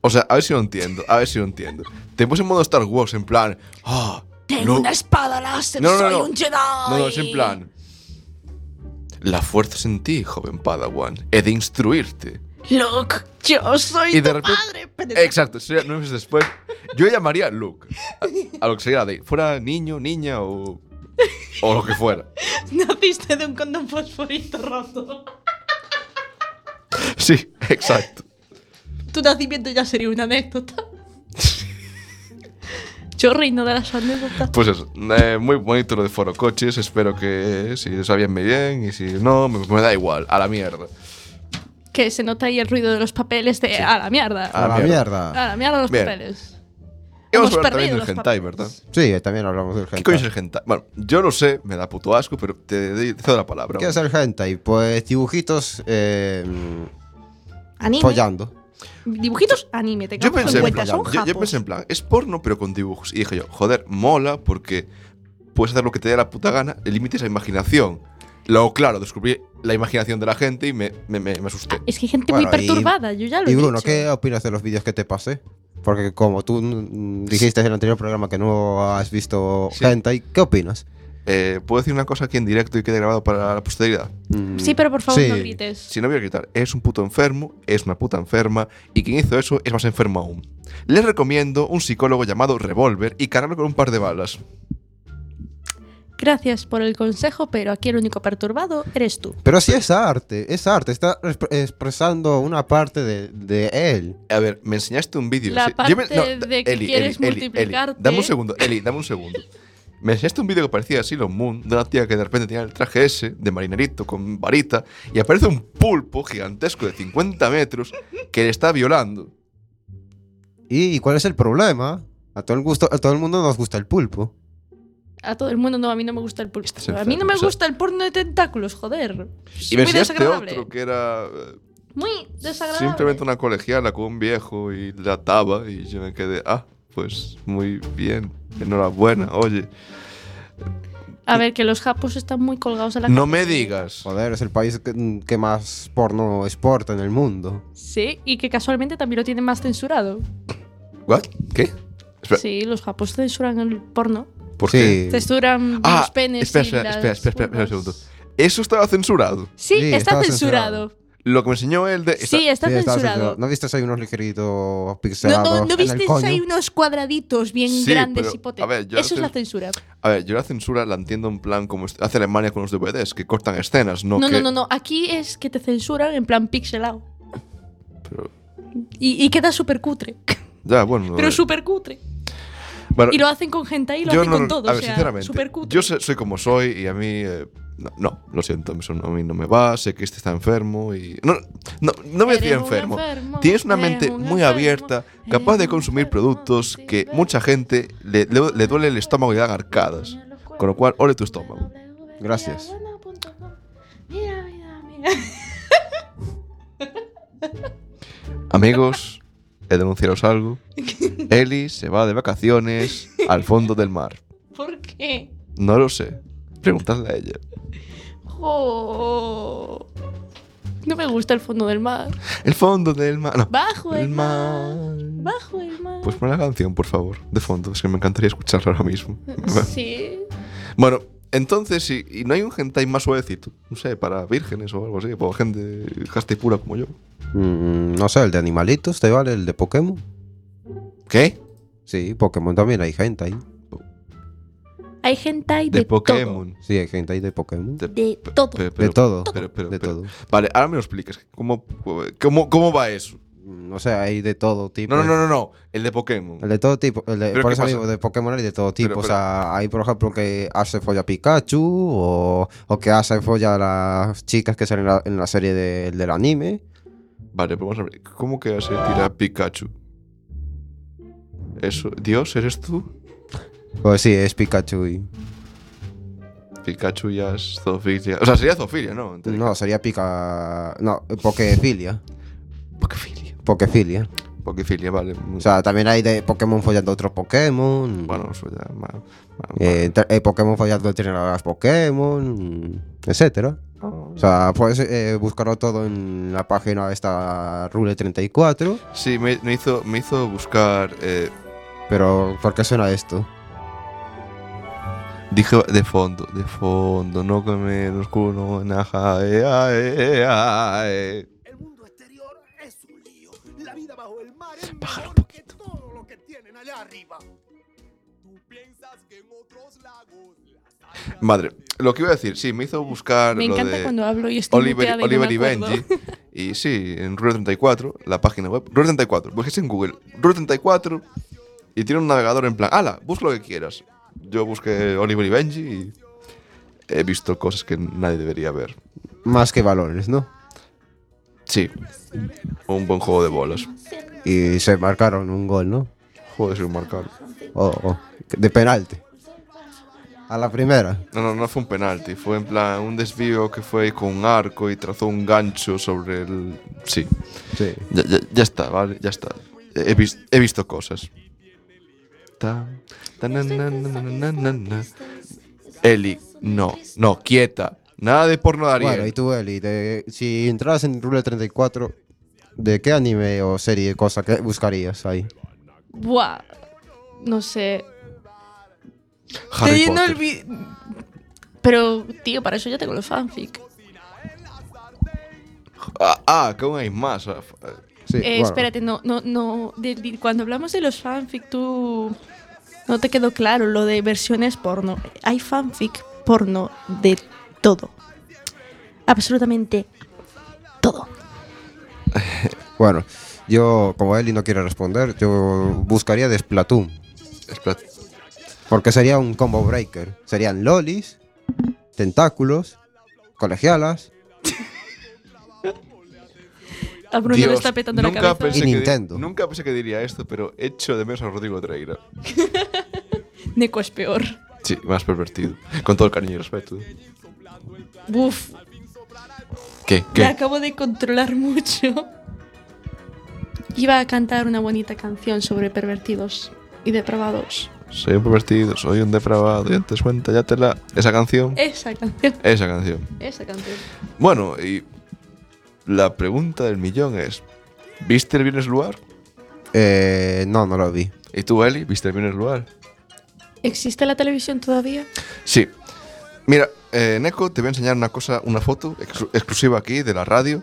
Speaker 3: O sea, a ver si lo entiendo, a ver si lo entiendo. Te puse en modo Star Wars, en plan. ah,
Speaker 6: Tengo
Speaker 3: no,
Speaker 6: una espada láser,
Speaker 3: No, no, no,
Speaker 6: soy
Speaker 3: no.
Speaker 6: un Jedi.
Speaker 3: no, no, es en plan. La fuerza es en ti, joven Padawan. He de instruirte.
Speaker 6: Luke, yo soy
Speaker 3: Y de
Speaker 6: tu
Speaker 3: repente-
Speaker 6: padre. pero-
Speaker 3: Exacto, sería nueve meses después. Yo llamaría Luke. A, a lo que sea de. Fuera niño, niña o. O lo que fuera.
Speaker 6: Naciste de un condón fosforito roto.
Speaker 3: Sí, exacto.
Speaker 6: Tu nacimiento ya sería una anécdota. Yo reino de las anécdotas.
Speaker 3: Pues eso, eh, muy bonito lo de Foro Coches. Espero que si lo sabían bien y si no, me, me da igual, a la mierda.
Speaker 6: Que se nota ahí el ruido de los papeles de a la mierda.
Speaker 3: A
Speaker 5: A,
Speaker 3: la
Speaker 5: la mierda.
Speaker 6: A la mierda los
Speaker 3: Ah, Bien.
Speaker 6: papeles.
Speaker 3: Y vamos
Speaker 6: Hemos
Speaker 3: a hablar también
Speaker 6: perdido
Speaker 3: del
Speaker 6: los
Speaker 3: hentai,
Speaker 6: papeles.
Speaker 3: ¿verdad?
Speaker 5: Sí, también hablamos del
Speaker 3: ¿Qué
Speaker 5: hentai.
Speaker 3: coño es el hentai? Bueno, yo lo sé, me da puto asco, pero te te cedo la palabra.
Speaker 5: ¿Qué es el hentai? Pues dibujitos eh, mm,
Speaker 6: Anime.
Speaker 5: follando.
Speaker 6: Dibujitos anime, te
Speaker 3: Yo
Speaker 6: cago en
Speaker 3: pensé, en
Speaker 6: cuenta,
Speaker 3: plan,
Speaker 6: son
Speaker 3: yo, yo
Speaker 6: japos.
Speaker 3: pensé en plan, es porno pero con dibujos. Y dije yo, joder, mola porque puedes hacer lo que te dé la puta gana, el límite es la imaginación. Luego, claro, descubrí la imaginación de la gente y me, me, me- me asusté.
Speaker 6: Es que hay gente muy
Speaker 5: Bueno, y-
Speaker 6: perturbada, yo ya lo
Speaker 5: Y
Speaker 6: he
Speaker 5: Bruno,
Speaker 6: dicho.
Speaker 5: ¿qué opinas de los vídeos que te pasé? Porque como tú mm, dijiste en el anterior programa que no has visto
Speaker 3: Sí.
Speaker 5: hentai, ¿qué opinas?
Speaker 3: Eh, ¿Puedo decir una cosa aquí en directo y quede grabado para la posteridad?
Speaker 5: Mm,
Speaker 6: Sí, pero por favor
Speaker 5: sí.
Speaker 6: no grites.
Speaker 3: Si no voy a gritar, es un puto enfermo, es una puta enferma, y quien hizo eso es más enfermo aún. Les recomiendo un psicólogo llamado Revolver y cargarlo con un par de balas.
Speaker 6: Gracias por el consejo, pero aquí el único perturbado eres tú.
Speaker 5: Pero sí es arte, es arte, está exp- expresando una parte de, de él.
Speaker 3: A ver, me enseñaste un vídeo.
Speaker 6: La
Speaker 3: sí. Yo me-
Speaker 6: parte
Speaker 3: da-
Speaker 6: de que quieres multiplicarte.
Speaker 3: dame un segundo, Eli, dame un segundo. Me enseñaste un vídeo que parecía así, Sailor Moon, de una tía que de repente tenía el traje ese, de marinerito, con varita, y aparece un pulpo gigantesco de 50 metros que le está violando.
Speaker 5: ¿Y cuál es el problema? A todo el, gusto, a todo el mundo nos gusta el pulpo.
Speaker 6: A todo el mundo, no, a mí no me gusta el porno.
Speaker 3: Estás
Speaker 6: A mí no
Speaker 3: enfermo,
Speaker 6: me
Speaker 3: o sea-
Speaker 6: gusta el porno de tentáculos, joder.
Speaker 3: Y me
Speaker 6: Muy
Speaker 3: enseñaste
Speaker 6: desagradable.
Speaker 3: otro que era eh,
Speaker 6: Muy desagradable.
Speaker 3: simplemente una colegiala con un viejo y la ataba, y yo me quedé, ah, pues muy bien, enhorabuena,
Speaker 6: Mm.
Speaker 3: oye.
Speaker 6: A ver, que los japos están muy colgados a la
Speaker 3: No
Speaker 6: cabeza.
Speaker 3: me digas.
Speaker 5: Joder, es el país que, mm, que más porno exporta en el mundo.
Speaker 6: Sí, y que casualmente también lo tienen más censurado.
Speaker 3: ¿What? ¿Qué? Espera,
Speaker 6: Sí, los japos censuran el porno.
Speaker 3: ¿Por
Speaker 5: Sí.
Speaker 3: qué?
Speaker 6: Censuran
Speaker 3: Ah,
Speaker 6: los penes
Speaker 3: espera,
Speaker 6: y
Speaker 3: espera,
Speaker 6: las
Speaker 3: espera, espera, espera, espera un
Speaker 6: vulvas.
Speaker 3: Eso estaba censurado.
Speaker 6: Sí,
Speaker 5: Sí,
Speaker 6: está,
Speaker 5: está
Speaker 6: censurado.
Speaker 3: Lo que me enseñó él de.
Speaker 6: Sí, está
Speaker 5: Sí, estaba
Speaker 6: censurado.
Speaker 5: ¿No viste ahí unos ligeritos
Speaker 6: No,
Speaker 5: pixelados
Speaker 6: no, ¿no
Speaker 5: en el
Speaker 6: viste
Speaker 5: coño?
Speaker 6: hay unos cuadraditos bien
Speaker 3: Sí,
Speaker 6: grandes
Speaker 3: pero,
Speaker 6: y
Speaker 3: a ver,
Speaker 6: potentes?
Speaker 3: yo
Speaker 6: Eso es
Speaker 3: hacen-
Speaker 6: la censura.
Speaker 3: A ver, yo la censura la entiendo en plan como est- hace Alemania con los DVDs, que cortan escenas, no
Speaker 6: No,
Speaker 3: que.
Speaker 6: no, no, no. Aquí es que te censuran en plan pixelado.
Speaker 3: Pero-
Speaker 6: Y, y queda súper cutre.
Speaker 3: Ya, bueno.
Speaker 6: Pero
Speaker 3: eh,
Speaker 6: súper cutre.
Speaker 3: Bueno,
Speaker 6: Y lo hacen con gente ahí, lo
Speaker 3: yo
Speaker 6: hacen
Speaker 3: no-
Speaker 6: con todo.
Speaker 3: a
Speaker 6: o
Speaker 3: ver,
Speaker 6: sea,
Speaker 3: sinceramente,
Speaker 6: súper cutre.
Speaker 3: yo so- soy como soy y a mí... eh, no, no, lo siento, eso no- a mí no me va, sé que este está enfermo y... No, no, no voy a decir
Speaker 6: Eres un
Speaker 3: enfermo.
Speaker 6: enfermo,
Speaker 3: Tienes una
Speaker 6: eres
Speaker 3: mente
Speaker 6: un
Speaker 3: muy
Speaker 6: enfermo,
Speaker 3: abierta, capaz
Speaker 6: eres
Speaker 3: de
Speaker 6: un
Speaker 3: consumir
Speaker 6: enfermo,
Speaker 3: productos
Speaker 6: sí,
Speaker 3: que
Speaker 6: ves.
Speaker 3: mucha gente le, le- le duele el estómago y le dan arcadas. Con lo cual, ole tu estómago.
Speaker 5: Gracias.
Speaker 6: Mira, mira, mira.
Speaker 3: Amigos, he denunciaros algo. Eli se va de vacaciones al fondo del mar.
Speaker 6: ¿Por qué?
Speaker 3: No lo sé. Preguntadle a ella.
Speaker 6: Jo. Oh. No me gusta el fondo del mar.
Speaker 3: El fondo del mar. No.
Speaker 6: Bajo el,
Speaker 3: El
Speaker 6: mar.
Speaker 3: mar.
Speaker 6: Bajo el mar.
Speaker 3: Pues pon la canción, por favor, de fondo. Es que me encantaría escucharla ahora mismo.
Speaker 6: sí.
Speaker 3: pues. bueno, entonces, ¿y, y no hay un hentai más suavecito? No sé, para vírgenes o algo así, para gente casta y pura como yo.
Speaker 5: Mm, no sé, el de animalitos, ¿te vale el de Pokémon?
Speaker 3: ¿Qué?
Speaker 5: Sí, Pokémon también hay gente ahí.
Speaker 6: Hay gente ahí de,
Speaker 3: De, Pokémon.
Speaker 5: Sí, hay gente ahí de Pokémon. De,
Speaker 3: De,
Speaker 6: todo. De todo.
Speaker 3: pe- pero-
Speaker 5: todo.
Speaker 3: pero- pero-
Speaker 5: de
Speaker 3: pero-
Speaker 5: todo.
Speaker 3: Vale, ahora me lo explicas. ¿Cómo, cómo, cómo va eso?
Speaker 5: No sé, Mm, hay de todo tipo.
Speaker 3: No, no, no, no, no. El de Pokémon.
Speaker 5: El de todo tipo, el de-
Speaker 3: ¿Pero
Speaker 5: por
Speaker 3: qué
Speaker 5: eso
Speaker 3: pasa?
Speaker 5: digo, de Pokémon hay de todo tipo.
Speaker 3: Pero-
Speaker 5: o sea, hay por ejemplo que hace folla a Pikachu o, o que hace folla a las chicas que salen en la, en la serie de- del anime.
Speaker 3: Vale, pero vamos a ver. ¿Cómo que se tira Pikachu? Eso. Dios, ¿eres tú?
Speaker 5: Pues sí, es Pikachu y...
Speaker 3: Pikachu ya es zoofilia. O sea, sería zoofilia, ¿no? Entonces,
Speaker 5: No, sería Pika... No, Pokefilia.
Speaker 3: Pokefilia.
Speaker 5: Pokefilia.
Speaker 3: Pokefilia, vale.
Speaker 5: O sea, también hay de Pokémon follando a otros Pokémon.
Speaker 3: bueno, eso ya. ma- ma- ma-
Speaker 5: Eh, tra- eh, Pokémon follando entre las Pokémon, etcétera. O sea, puedes eh, buscarlo todo en la página de esta Rule 34,
Speaker 3: Sí, me, me hizo, me hizo buscar. eh,
Speaker 5: pero ¿por qué suena esto?
Speaker 3: dije de fondo, de fondo, no que me no oscuro, naja, eh, ah, eh, eh, ah, eh.
Speaker 7: El mundo exterior es un lío. La vida bajo el mar es
Speaker 3: Bájalo
Speaker 7: mejor que todo lo que tienen allá arriba. Tú piensas que en otros lagos las algas
Speaker 3: Madre, lo que iba a decir, sí, me hizo buscar.
Speaker 6: Me
Speaker 3: lo
Speaker 6: encanta
Speaker 3: de-
Speaker 6: cuando hablo y estoy
Speaker 3: Oliver,
Speaker 6: muteada y no
Speaker 3: Oliver
Speaker 6: me
Speaker 3: y
Speaker 6: acuerdo.
Speaker 3: Benji. Y sí, en Rule 34, la página web. Rule 34, busques en Google. Rule 34 y tiene un navegador en plan, ala, busca lo que quieras. Yo busqué Oliver y Benji y he visto cosas que nadie debería ver.
Speaker 5: Más que balones, ¿no?
Speaker 3: Sí, un buen juego de bolas.
Speaker 5: Y se marcaron un gol, ¿no?
Speaker 3: Joder, sin marcar.
Speaker 5: O o- de penalti. A la primera.
Speaker 3: No, no, no fue un penalti, fue en plan un desvío que fue con un arco y trazó un gancho sobre el... Sí,
Speaker 5: Sí.
Speaker 3: Ya, ya- ya está, vale, ya está. He, vis- he visto cosas. Ta- ta- na- na- na- na- na- na. Eli, no, no, quieta. Nada de porno de Ariel.
Speaker 5: Bueno, y tú, Eli, de- si entras en Rule 34, ¿de qué anime o serie, cosa que buscarías ahí?
Speaker 6: Buah. No sé.
Speaker 3: Harry
Speaker 6: Te- no
Speaker 3: Potter.
Speaker 6: olvi- Pero, tío, para eso ya tengo los fanfic.
Speaker 3: Ah, ah, que aún hay más. ah, f- eh,
Speaker 5: Sí,
Speaker 6: Eh,
Speaker 5: bueno.
Speaker 6: Espérate, no, no, no. de- de- cuando hablamos de los fanfic, tú. No te quedó claro lo de versiones porno. Hay fanfic porno de todo. Absolutamente todo.
Speaker 5: Bueno, yo, como Eli no quiere responder, yo buscaría de Splatoon.
Speaker 3: espera.
Speaker 5: Porque sería un combo breaker. Serían lolis, tentáculos, colegialas
Speaker 6: A Ah, Bruno le
Speaker 3: Dios,
Speaker 6: está petando
Speaker 3: nunca
Speaker 6: la cabeza.
Speaker 3: pensé
Speaker 5: Y
Speaker 3: que di-
Speaker 5: Nintendo.
Speaker 3: nunca pensé que diría esto, pero echo de menos a Rodrigo Treira.
Speaker 6: Neko es peor.
Speaker 3: Sí, más pervertido. Con todo el cariño y respeto.
Speaker 6: Buf,
Speaker 3: ¿Qué?
Speaker 6: me
Speaker 3: ¿Qué?
Speaker 6: acabo de controlar mucho. Iba a cantar una bonita canción sobre pervertidos y depravados.
Speaker 3: Soy un pervertido, soy un depravado. Ya te das cuenta, ya te la. Esa canción.
Speaker 6: Esa canción,
Speaker 3: Esa canción.
Speaker 6: esa canción.
Speaker 3: Bueno, y la pregunta del millón es, ¿viste el Viernes Luar?
Speaker 5: Eh, no, no lo vi.
Speaker 3: ¿Y tú, Eli, viste el Viernes Luar?
Speaker 6: ¿Existe la televisión todavía?
Speaker 3: Sí. Mira, eh, Neko, te voy a enseñar una cosa, una foto exclu- exclusiva aquí de la radio.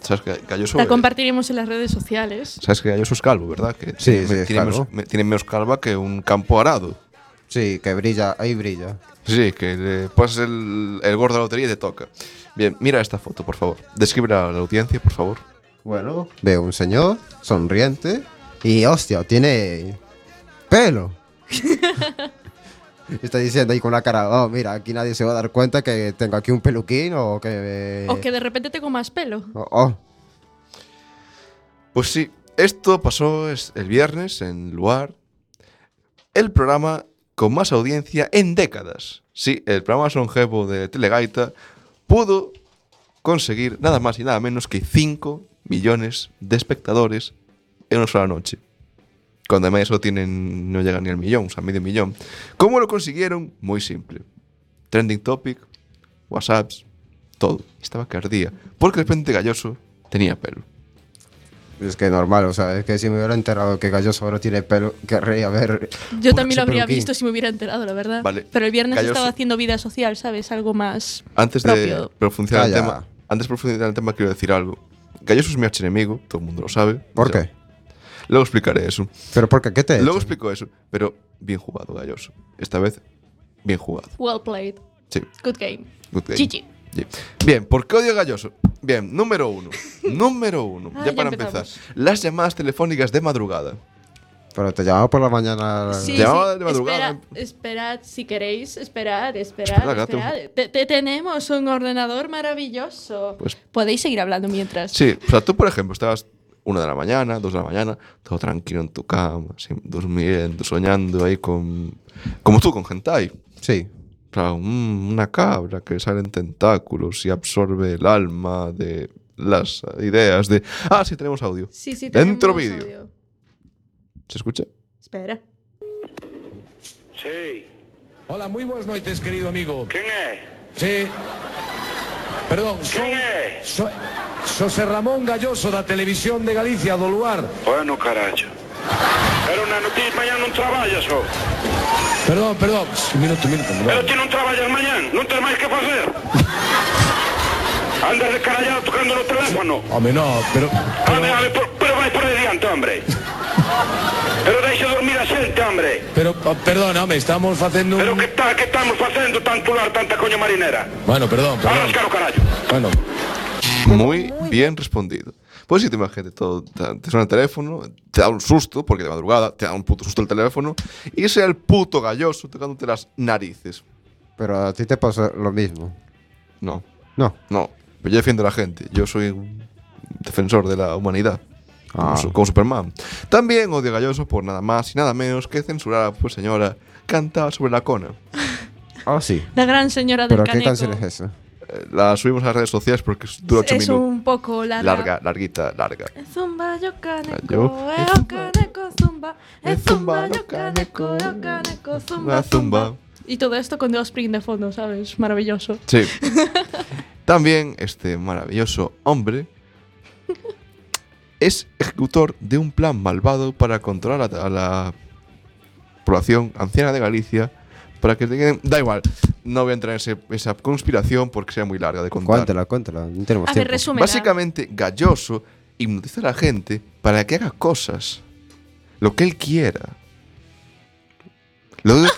Speaker 3: Sabes que Galloso,
Speaker 6: La
Speaker 3: eh,
Speaker 6: compartiremos en las redes sociales.
Speaker 3: sabes que Galloso es calvo, ¿verdad? Que
Speaker 5: Sí,
Speaker 3: tiene,
Speaker 5: sí, es
Speaker 3: tiene
Speaker 5: calvo.
Speaker 3: menos, me- tiene menos calva que un campo arado.
Speaker 5: Sí, que brilla, ahí brilla.
Speaker 3: Sí, que le pasas el, el gordo a la lotería y te toca. Bien, mira esta foto, por favor. Describe a la audiencia, por favor.
Speaker 5: Bueno, veo un señor sonriente y hostia, tiene pelo. Está diciendo ahí con la cara, oh, mira, aquí nadie se va a dar cuenta que tengo aquí un peluquín o que...
Speaker 3: Eh.
Speaker 6: O que de repente tengo más pelo.
Speaker 5: Oh, oh.
Speaker 3: Pues sí, esto pasó es- el viernes en Luar, el programa con más audiencia en décadas. Sí, el programa Sonjevo de Telegaita pudo conseguir nada más y nada menos que 5 millones de espectadores en una sola noche. Cuando además eso tienen, no llega ni al millón, o sea, medio millón. ¿Cómo lo consiguieron? Muy simple. Trending topic, WhatsApps, todo. Estaba que ardía. Porque de repente Galloso tenía pelo.
Speaker 5: Es que normal, o sea, es que si me hubiera enterado que Galloso ahora tiene pelo, querría ver...
Speaker 6: Yo también
Speaker 5: ese
Speaker 6: lo habría
Speaker 5: peluquín.
Speaker 6: visto si me hubiera enterado, la verdad.
Speaker 3: Vale.
Speaker 6: Pero el viernes
Speaker 3: Calloso.
Speaker 6: estaba haciendo vida social, ¿sabes? Algo más
Speaker 3: Antes de
Speaker 6: propio.
Speaker 3: profundizar en el
Speaker 5: Calla.
Speaker 3: tema, antes de profundizar en el tema quiero decir algo. Galloso es mi archienemigo, todo el mundo lo sabe.
Speaker 5: ¿Por
Speaker 3: Ya.
Speaker 5: qué?
Speaker 3: Luego explicaré eso.
Speaker 5: ¿Pero por qué? ¿Qué te he
Speaker 3: Luego
Speaker 5: hecho?
Speaker 3: explico eso, pero bien jugado Galloso. Esta vez bien jugado.
Speaker 6: Well played.
Speaker 3: Sí.
Speaker 6: Good game.
Speaker 3: Good game.
Speaker 6: Chichi.
Speaker 3: Sí. Bien, ¿por qué odio a Galloso? Bien, número uno. número uno.
Speaker 6: Ah,
Speaker 3: ya
Speaker 6: ya
Speaker 3: para empezar.
Speaker 6: empezamos.
Speaker 3: Las llamadas telefónicas de madrugada.
Speaker 5: Pero te llamaba por la mañana...
Speaker 6: Sí,
Speaker 3: Llamaba
Speaker 6: sí.
Speaker 3: de madrugada.
Speaker 6: Espera- esperad, si queréis, esperad,
Speaker 3: Espera,
Speaker 6: esperad,
Speaker 3: gato.
Speaker 6: esperad. Te, te- tenemos un ordenador maravilloso.
Speaker 3: Pues-
Speaker 6: Podéis seguir hablando mientras.
Speaker 3: Sí, o sea, tú, por ejemplo, estabas una de la mañana, dos de la mañana, todo tranquilo en tu cama, así, durmiendo, soñando ahí con. Como tú, con Gentai.
Speaker 5: Sí.
Speaker 3: O sea, un- una cabra que sale en tentáculos y absorbe el alma de las ideas de. Ah, sí, tenemos audio.
Speaker 6: sí, sí
Speaker 3: Dentro
Speaker 6: tenemos
Speaker 3: vídeo.
Speaker 6: audio.
Speaker 3: ¿Se escucha?
Speaker 6: Espera.
Speaker 8: Sí.
Speaker 9: Hola, muy buenas noches, querido amigo.
Speaker 8: ¿Quién es?
Speaker 9: Sí. Perdón,
Speaker 8: ¿Quién
Speaker 9: soy,
Speaker 8: es?
Speaker 9: soy José Ramón Galloso da Televisión de Galicia do Luar.
Speaker 8: Bueno, caracho. Pero una noticia, mañana no trabajas, oh.
Speaker 9: Perdón, perdón. Un minuto, un minuto.
Speaker 8: Pero
Speaker 9: perdón.
Speaker 8: ti no trabajas mañana, no tienes más que hacer. Andas descarallado tocando los teléfonos.
Speaker 9: Hombre, no, pero,
Speaker 8: Ande,
Speaker 9: pero,
Speaker 8: ale, por- pero vais por ahí delante, hombre. Pero deixa dormir a gente, hombre.
Speaker 9: pero, oh, perdón, hombre, estamos haciendo
Speaker 8: Pero
Speaker 9: un...
Speaker 8: que, ta, que estamos facendo tanto lar, tanta coña marinera.
Speaker 9: Bueno, perdón, perdón.
Speaker 8: Arrascar o carallo.
Speaker 9: Bueno,
Speaker 3: Muy bien respondido. Pues sí, te imaginas todo. ta- Te suena el teléfono, te da un susto, porque de madrugada te da un puto susto el teléfono, y ese el puto galloso tocándote las narices.
Speaker 5: Pero a ti te pasó lo mismo.
Speaker 3: No,
Speaker 5: No.
Speaker 3: no. Pero yo defiendo a la gente. Yo soy un defensor de la humanidad. Como,
Speaker 5: Ah.
Speaker 3: su- como Superman. También odio a Galloso por nada más y nada menos que censurar a pues señora canta sobre la cona.
Speaker 5: Ah, sí.
Speaker 6: La gran señora del
Speaker 5: ¿Pero qué
Speaker 6: caneco.
Speaker 5: canción es esa?
Speaker 3: Eh, La subimos a las redes sociales porque es- dura 8
Speaker 6: Es
Speaker 3: minutos.
Speaker 6: un poco larga.
Speaker 3: Larga, larguita, larga.
Speaker 6: Zumba, yo
Speaker 3: Yo-
Speaker 6: caneco, eh, oh, caneco, zumba. Eh, zumba, yo caneco, eh, oh, caneco,
Speaker 3: Zumba,
Speaker 6: zumba,
Speaker 3: zumba.
Speaker 6: zumba. Y todo esto con The Spring de fondo, ¿sabes? Maravilloso.
Speaker 3: Sí. También este maravilloso hombre es ejecutor de un plan malvado para controlar a, a la población anciana de Galicia para que tengan... Da igual, no voy a entrar en ese- esa conspiración porque sea muy larga de contar.
Speaker 5: Cuéntala, cuéntala. No tenemos
Speaker 6: A ver,
Speaker 5: tiempo.
Speaker 6: resumen. ¿ah?
Speaker 3: Básicamente, Galloso hipnotiza a la gente para que haga cosas. Lo que él quiera. Lo que-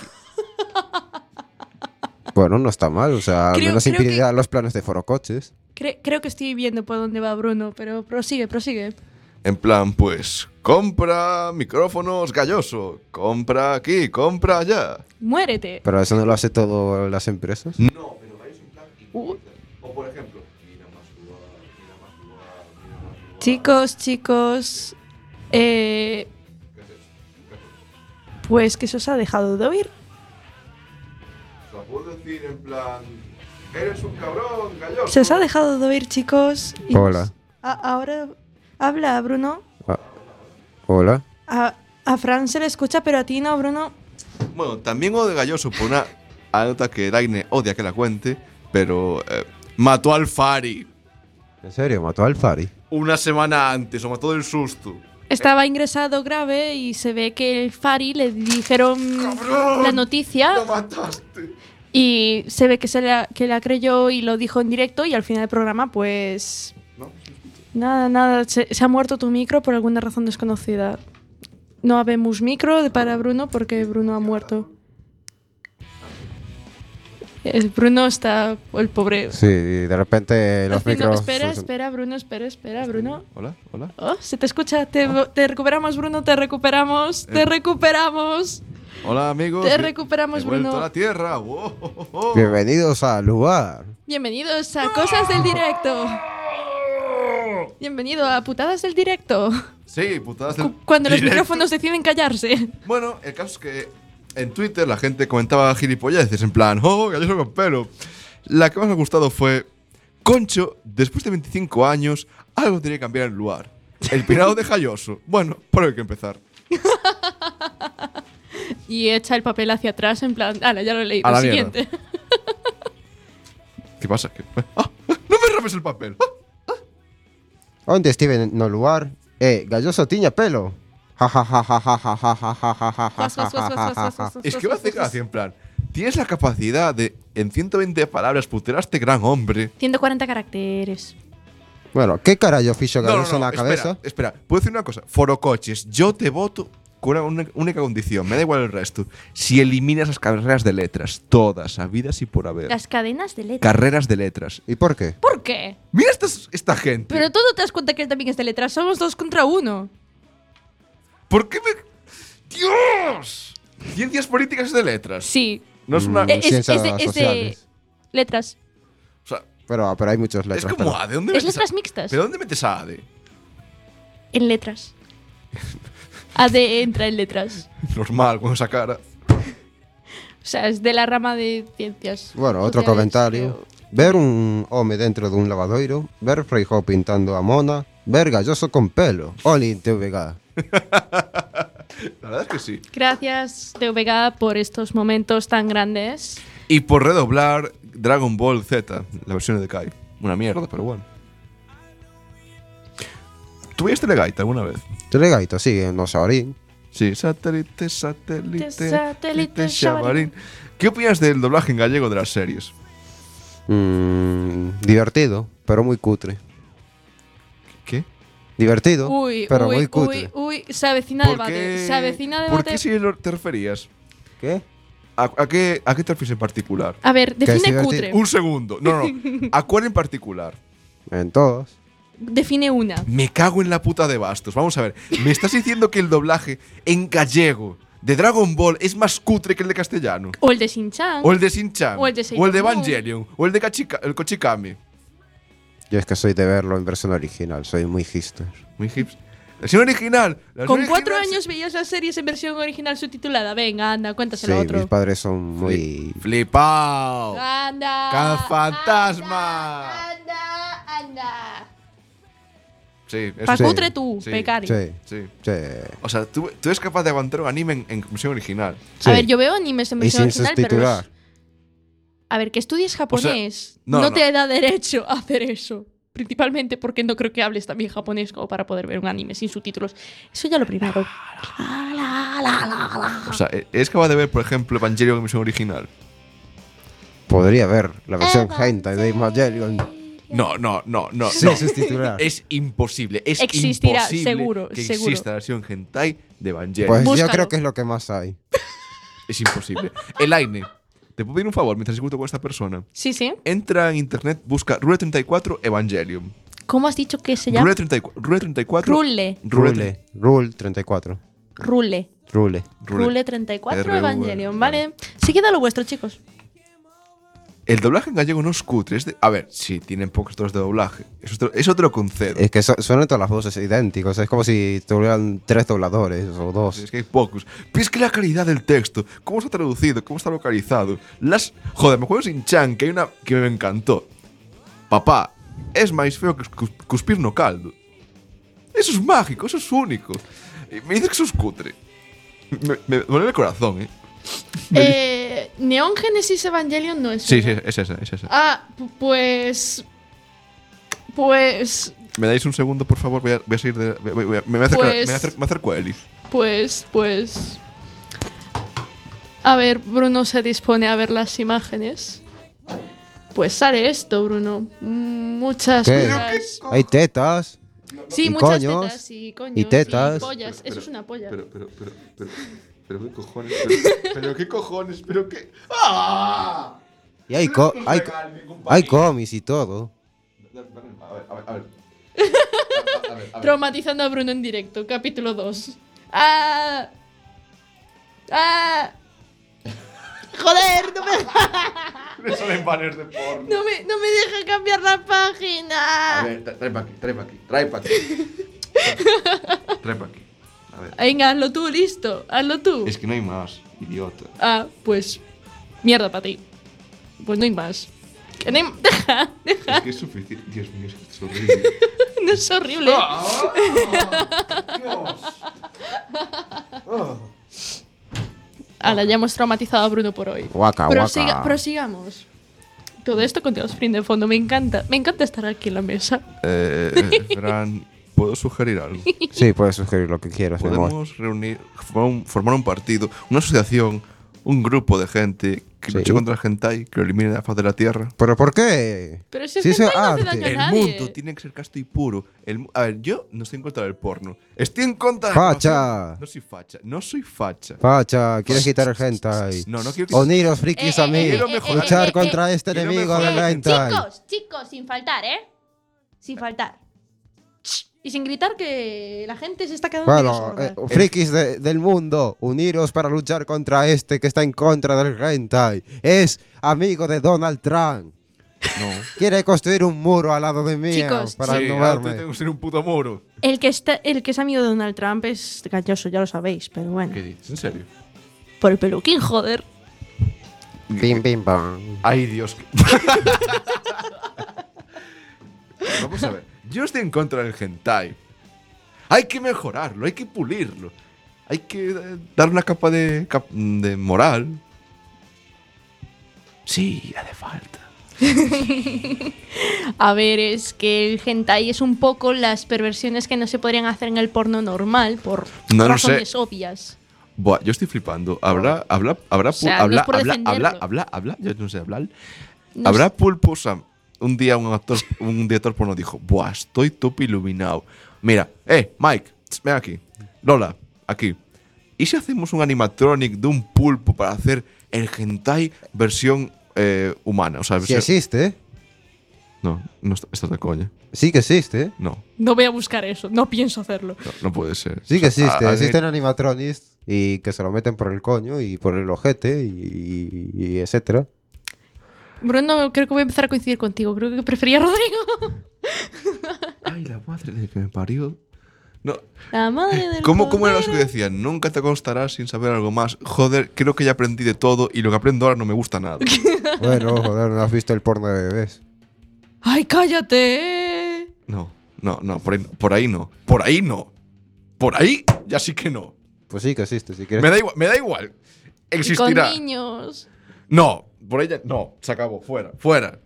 Speaker 5: Bueno, no está mal, o sea, al
Speaker 6: Creo-
Speaker 5: menos
Speaker 6: creo que-
Speaker 5: impedirá los planes de forocoches.
Speaker 6: Cre- creo que estoy viendo por dónde va Bruno, pero prosigue, prosigue.
Speaker 3: en plan, pues, compra micrófonos Galloso. Compra aquí, compra allá.
Speaker 6: Muérete.
Speaker 5: Pero eso no lo hace todo las empresas.
Speaker 6: Chicos, chicos. Eh, pues que se os ha dejado de oír.
Speaker 3: Lo puedo decir en plan. Eres un cabrón, galloso.
Speaker 6: Se os ha dejado de oír, chicos. Y-
Speaker 5: Hola.
Speaker 6: A- ahora habla, Bruno.
Speaker 5: Ah. Hola.
Speaker 6: A, a Fran se le escucha, pero a ti no, Bruno.
Speaker 3: Bueno, también odio a galloso por una anécdota que Daine odia que la cuente, pero. eh, mató al Fari
Speaker 5: ¿En serio? ¿Mató al Fari?
Speaker 3: una semana antes, o mató del susto.
Speaker 6: Estaba ingresado grave y se ve que el Fari le dijeron la noticia
Speaker 3: ¡Lo mataste!
Speaker 6: y se ve que, se la, que la creyó y lo dijo en directo y al final del programa pues... Nada, nada, se, se ha muerto tu micro por alguna razón desconocida. No habemos micro de- para Bruno porque Bruno ha muerto. Eh, Bruno está, el pobre.
Speaker 5: Sí, y de repente los
Speaker 6: Al final-
Speaker 5: micros.
Speaker 6: espera, espera, Bruno, espera, espera, Bruno.
Speaker 3: Hola, hola.
Speaker 6: Oh, se te escucha, te, te recuperamos, Bruno, te recuperamos, te
Speaker 3: Eh.
Speaker 6: recuperamos.
Speaker 3: Hola, amigos.
Speaker 6: Te
Speaker 3: Bien-
Speaker 6: recuperamos,
Speaker 3: he vuelto
Speaker 6: Bruno.
Speaker 3: a la tierra. Wow, oh, oh.
Speaker 5: Bienvenidos al lugar.
Speaker 6: Bienvenidos a Cosas del Directo. Bienvenido a Putadas del Directo.
Speaker 3: Sí, putadas. del
Speaker 6: Cu- Cuando los
Speaker 3: directo.
Speaker 6: micrófonos deciden callarse.
Speaker 3: Bueno, el caso es que en Twitter la gente comentaba gilipolleces en plan, oh, galloso con pelo. La que más me ha gustado fue, Concho, después de 25 años, algo tiene que cambiar el lugar. El pirado de Galloso. Bueno, por ahí hay que empezar.
Speaker 6: Y echa el papel hacia atrás en plan, ala, ya lo he leído.
Speaker 3: A la mierda.
Speaker 6: Siguiente.
Speaker 3: ¿Qué pasa? ¿Qué- ¡Ah! ¡No me rompes el papel! ¡Ah!
Speaker 5: ¿Dónde Steven no lugar? Eh, galloso tiña pelo. Ja, ja, ja, ja, ja, ja, ja, ja, ja, ja, ja,
Speaker 6: Guas, guas, guas, guas, guas, guas, guas,
Speaker 3: Es que me
Speaker 6: guas, guas,
Speaker 3: hace
Speaker 6: guas.
Speaker 3: gracia, en plan, tienes la capacidad de, en 120 palabras, putear a este gran hombre.
Speaker 6: 140 caracteres.
Speaker 5: Bueno, ¿qué carajo ficho galloso en la
Speaker 3: espera,
Speaker 5: cabeza?
Speaker 3: Espera, puedo decir una cosa. Forocoches, yo te voto con una única- única condición, me da igual el resto. Si eliminas las carreras de letras, todas, habidas y por haber.
Speaker 6: Las cadenas de letras.
Speaker 3: Carreras de letras.
Speaker 5: ¿Y por qué?
Speaker 6: ¿Por qué?
Speaker 3: Mira estas- esta gente.
Speaker 6: Pero tú no te das cuenta que él también es de letras. Somos dos contra uno.
Speaker 3: ¿Por qué me. ¡Dios! Ciencias políticas es de letras.
Speaker 6: Sí.
Speaker 3: No es una.
Speaker 5: Mm,
Speaker 6: Eh, es-
Speaker 5: ciencias
Speaker 6: es de- es de-
Speaker 5: sociales.
Speaker 6: Letras.
Speaker 3: o sea,
Speaker 5: Pero, ah, pero hay muchas letras.
Speaker 3: es como
Speaker 5: pero-
Speaker 3: ADE. ¿Dónde
Speaker 6: Es
Speaker 3: metes a-
Speaker 6: letras mixtas.
Speaker 3: ¿Pero dónde metes a ADE?
Speaker 6: En letras. AD E entra en letras.
Speaker 3: Normal, con esa cara.
Speaker 6: O sea, es de la rama de ciencias.
Speaker 5: Bueno, otro
Speaker 6: sociales,
Speaker 5: comentario.
Speaker 6: creo.
Speaker 5: Ver un home dentro de un lavadoiro, ver Freijo pintando a Mona, ver galloso con pelo. Oli TVG.
Speaker 3: La verdad es que sí.
Speaker 6: Gracias, TVG, por estos momentos tan grandes.
Speaker 3: Y por redoblar Dragon Ball Z, la versión de Kai. Una mierda, pero bueno. ¿Tuviste Legaita alguna vez?
Speaker 5: Telegaito, sí, en los Saorín.
Speaker 3: Sí, satélite, satélite,
Speaker 6: Te satélite,
Speaker 3: satélite, chavarín. ¿Qué opinas del doblaje en gallego de las series?
Speaker 5: Mm, divertido, pero muy cutre.
Speaker 3: ¿Qué?
Speaker 5: Divertido,
Speaker 6: Uy,
Speaker 5: pero
Speaker 6: uy,
Speaker 5: muy cutre.
Speaker 6: uy, uy, se avecina
Speaker 3: ¿Por
Speaker 6: debate.
Speaker 3: qué,
Speaker 6: Se avecina
Speaker 3: ¿Por
Speaker 6: debate.
Speaker 3: qué si lo- te referías?
Speaker 5: ¿Qué?
Speaker 3: ¿A, a qué, ¿A qué te refieres en particular?
Speaker 6: A ver,
Speaker 5: es
Speaker 6: define
Speaker 5: divertido?
Speaker 6: cutre.
Speaker 3: Un segundo. No, no. ¿A cuál en particular?
Speaker 5: En todos.
Speaker 6: Define una.
Speaker 3: Me cago en la puta de bastos. Vamos a ver. ¿Me estás diciendo que el doblaje en gallego de Dragon Ball es más cutre que el de castellano?
Speaker 6: O el de Shin-Chan.
Speaker 3: O el de Shin-Chan.
Speaker 6: O el de Sailor Moon.
Speaker 3: Evangelion. O el de Kachika- el Kochikami.
Speaker 5: Yo es que soy de verlo en versión original, soy muy hipster.
Speaker 3: Muy hips. La versión original. la
Speaker 6: Con
Speaker 3: versión
Speaker 6: cuatro
Speaker 3: original
Speaker 6: años veías las series en versión original subtitulada. Venga, anda,
Speaker 5: Sí,
Speaker 6: cuéntaselo a
Speaker 5: mis
Speaker 6: otro.
Speaker 5: padres son muy...
Speaker 3: se- Flipao.
Speaker 6: Ah, Anda.
Speaker 3: Cazafantasma.
Speaker 6: Anda, anda.
Speaker 3: Sí, eso
Speaker 6: Pa'
Speaker 3: sí.
Speaker 6: cutre tú,
Speaker 3: Sí.
Speaker 6: pecario.
Speaker 5: Sí,
Speaker 3: Sí.
Speaker 5: sí.
Speaker 3: O sea, tú, tú eres capaz de aguantar un anime en, en versión original.
Speaker 5: sí.
Speaker 6: A ver, yo veo animes en
Speaker 5: Y
Speaker 6: versión
Speaker 5: sin
Speaker 6: original, pero. los-
Speaker 5: sustitular.
Speaker 6: A ver, que estudies japonés
Speaker 3: no,
Speaker 6: no,
Speaker 3: no.
Speaker 6: te da derecho a hacer eso. Principalmente porque no creo que hables también japonés como para poder ver un anime sin subtítulos. Eso ya lo primero.
Speaker 3: O sea, e- eres capaz de ver, por ejemplo, Evangelion en versión original.
Speaker 5: Podría ver la versión hentai de Evangelion
Speaker 3: No, no, no, no.
Speaker 5: sin
Speaker 3: no.
Speaker 5: sustitular.
Speaker 3: Es imposible. Es
Speaker 6: Existirá,
Speaker 3: imposible
Speaker 6: seguro,
Speaker 3: que
Speaker 6: seguro.
Speaker 3: exista la versión hentai de Evangelion.
Speaker 5: Pues
Speaker 6: Búscalo.
Speaker 5: yo creo que es lo que más hay.
Speaker 3: Es imposible. Elaine, ¿te puedo pedir un favor mientras discuto con esta persona?
Speaker 6: Sí, sí.
Speaker 3: Entra en internet, busca Rule 34 Evangelium.
Speaker 6: ¿Cómo has dicho que se
Speaker 3: Rule
Speaker 6: llama?
Speaker 3: 34. Rule 34.
Speaker 6: Rule.
Speaker 5: Rule. Rule 34.
Speaker 6: Rule.
Speaker 5: Rule.
Speaker 3: Rule.
Speaker 6: Rule 34
Speaker 3: R, U, E.
Speaker 6: Evangelion,
Speaker 3: R.
Speaker 6: ¿vale? Seguid a lo vuestro, chicos.
Speaker 3: El doblaje en gallego no es cutre. es de- a ver, sí, tienen pocos tonos de doblaje. Eso te, eso te lo concedo.
Speaker 5: Es que su- suenan todas las voces idénticas. Es como si tuvieran tres dobladores o dos.
Speaker 3: pues Es que hay pocos. Pero es que la calidad del texto, cómo está traducido, cómo está localizado. Las. Joder, me acuerdo sin Chan, que hay una que me encantó. Papá, es más feo que cus- cuspir no caldo. Eso es mágico, eso es único. Y me dices que eso es cutre. Me, me duele el corazón, ¿eh?
Speaker 6: Eh, Neon Genesis Evangelion no es.
Speaker 3: Sí,
Speaker 6: una.
Speaker 3: sí, es esa, es esa.
Speaker 6: Ah, pu- pues. Pues.
Speaker 3: ¿Me dais un segundo, por favor? Voy a, voy a seguir de. voy- voy- voy a- me voy a acercar-
Speaker 6: Pues-
Speaker 3: me voy a acer- me acerco a Eli.
Speaker 6: Pues, pues. A ver, Bruno se dispone a ver las imágenes. Pues sale esto, Bruno. Mm, Muchas
Speaker 5: ¿Qué?
Speaker 6: cosas.
Speaker 5: Hay tetas.
Speaker 6: Sí,
Speaker 5: Y
Speaker 6: muchas
Speaker 5: coños,
Speaker 6: tetas y coños.
Speaker 5: y tetas.
Speaker 6: pollas. Eso es una polla.
Speaker 3: Pero, pero, pero, pero, pero, pero qué cojones, pero, pero qué cojones, pero qué. ¡Ah!
Speaker 5: Y hay, co- hay, co- hay cómics y todo.
Speaker 3: A ver, a ver, a ver. A ver, a ver.
Speaker 6: Traumatizando a Bruno en directo, capítulo 2. ¡Ah! ¡Ah! ¡Joder! No me,
Speaker 3: Me salen banners de porno.
Speaker 6: no me, no me deja cambiar la
Speaker 3: A
Speaker 6: página.
Speaker 3: ver, tra- trae pa' aquí, trae pa' aquí, trae pa' aquí. Trae pa' aquí. A ver.
Speaker 6: Venga, hazlo tú, listo. Hazlo tú.
Speaker 3: Es que no hay más, idiota.
Speaker 6: Ah, pues. Mierda para ti. Pues no hay más. Que no hay- Deja, deja.
Speaker 3: Es que es suficiente. Dios mío, es que es horrible.
Speaker 6: No es horrible. Ahora Ah, ya hemos traumatizado a Bruno por hoy.
Speaker 5: Guaca,
Speaker 6: Prosiga-
Speaker 5: guaca.
Speaker 6: Prosigamos. Todo esto con Dios Spring de fondo. Me encanta. Me encanta estar aquí en la mesa.
Speaker 3: Eh, Fran, ¿puedo sugerir algo?
Speaker 5: Sí, puedes sugerir lo que quieras, mi amor.
Speaker 3: Podemos reunir, formar un, formar un partido, una asociación, un grupo de gente que
Speaker 5: Sí.
Speaker 3: luche contra el hentai, que lo elimine de la faz de la tierra.
Speaker 5: ¿Pero por qué?
Speaker 6: Pero si
Speaker 5: Sí,
Speaker 6: es
Speaker 5: eso
Speaker 6: hentai no hace
Speaker 5: arte.
Speaker 6: daño a
Speaker 5: El
Speaker 3: El
Speaker 6: nadie.
Speaker 3: mundo tiene que ser casto y puro. El mu- a ver, yo no estoy en contra del porno. Estoy en contra de la
Speaker 5: Facha.
Speaker 3: pornografía. No soy facha. No soy facha.
Speaker 5: Facha, ¿quieres quitar el hentai?
Speaker 3: No, no quiero que-
Speaker 5: Uniros frikis
Speaker 6: Eh,
Speaker 5: a mí.
Speaker 6: eh, eh,
Speaker 3: Quiero mejorar.
Speaker 5: Luchar
Speaker 6: eh, eh,
Speaker 5: contra este
Speaker 3: Quiero
Speaker 5: enemigo del
Speaker 3: mejorar.
Speaker 5: hentai.
Speaker 1: Chicos, chicos, sin faltar, ¿eh? Sin faltar.
Speaker 6: Y sin gritar que la gente se está quedando
Speaker 5: Bueno,
Speaker 6: sorda.
Speaker 5: eh, frikis de- del mundo, uniros para luchar contra este que está en contra del hentai. Es amigo de Donald Trump.
Speaker 3: No.
Speaker 5: Quiere construir un muro al lado de mí eh,
Speaker 6: Chicos,
Speaker 5: para
Speaker 3: Sí,
Speaker 5: no
Speaker 3: ahora te
Speaker 5: verme.
Speaker 3: tengo que ser un puto moro.
Speaker 6: El, que está, el que es amigo de Donald Trump es galloso, ya lo sabéis, pero bueno.
Speaker 3: ¿Qué dices? ¿En serio?
Speaker 6: Por el peluquín, joder.
Speaker 5: Bim, bim, bam.
Speaker 3: Ay, Dios. que- Vamos a ver. Yo estoy en contra del hentai. Hay que mejorarlo, hay que pulirlo. Hay que eh, dar una capa de, cap- de moral. Sí, hace falta.
Speaker 6: A ver, es que el hentai es un poco las perversiones que no se podrían hacer en el porno normal por
Speaker 3: No lo
Speaker 6: razones
Speaker 3: sé.
Speaker 6: obvias.
Speaker 3: Buah, yo estoy flipando. Habrá, habrá, habrá, pul-
Speaker 6: sea, no
Speaker 3: habla,
Speaker 6: es por
Speaker 3: habla, habla,
Speaker 6: defenderlo.
Speaker 3: habla, habla, yo no sé hablar.
Speaker 6: No
Speaker 3: habrá pulpos. a- Un día un actor, un director porno dijo, buah, estoy top iluminado. Mira, eh, Mike, tss, ven aquí. Lola, aquí. ¿Y si hacemos un animatronic de un pulpo para hacer el hentai versión eh, humana? O sea,
Speaker 5: Si
Speaker 3: versión-
Speaker 5: existe, ¿eh?
Speaker 3: No, no está, está de coña.
Speaker 5: sí que existe. ¿eh?
Speaker 3: No,
Speaker 6: No voy a buscar eso, no pienso hacerlo.
Speaker 3: no, no puede ser.
Speaker 5: Sí que
Speaker 3: O sea, ah,
Speaker 5: existe.
Speaker 3: a- a-
Speaker 5: Existen animatronics y que se lo meten por el coño y por el ojete y, y- y etcétera.
Speaker 6: Bruno, creo que voy a empezar a coincidir contigo. Creo que prefería a Rodrigo.
Speaker 3: Ay, la madre de que me parió. No,
Speaker 6: La madre del
Speaker 3: ¿Cómo, ¿Cómo era
Speaker 6: cordero.
Speaker 3: eso que decía? Nunca te acostarás sin saber algo más. Joder, creo que ya aprendí de todo y lo que aprendo ahora no me gusta nada.
Speaker 5: Bueno, joder, no has visto el porno de bebés.
Speaker 6: ¡Ay, cállate!
Speaker 3: No, no, no, por ahí, por ahí no. Por ahí no. Por ahí ya sí que no.
Speaker 5: Pues sí que existe, si
Speaker 3: Me
Speaker 5: quieres.
Speaker 3: da igual, me da igual.
Speaker 6: Y Con
Speaker 3: Existirá.
Speaker 6: niños.
Speaker 3: No, por ella no, se acabó, fuera, fuera.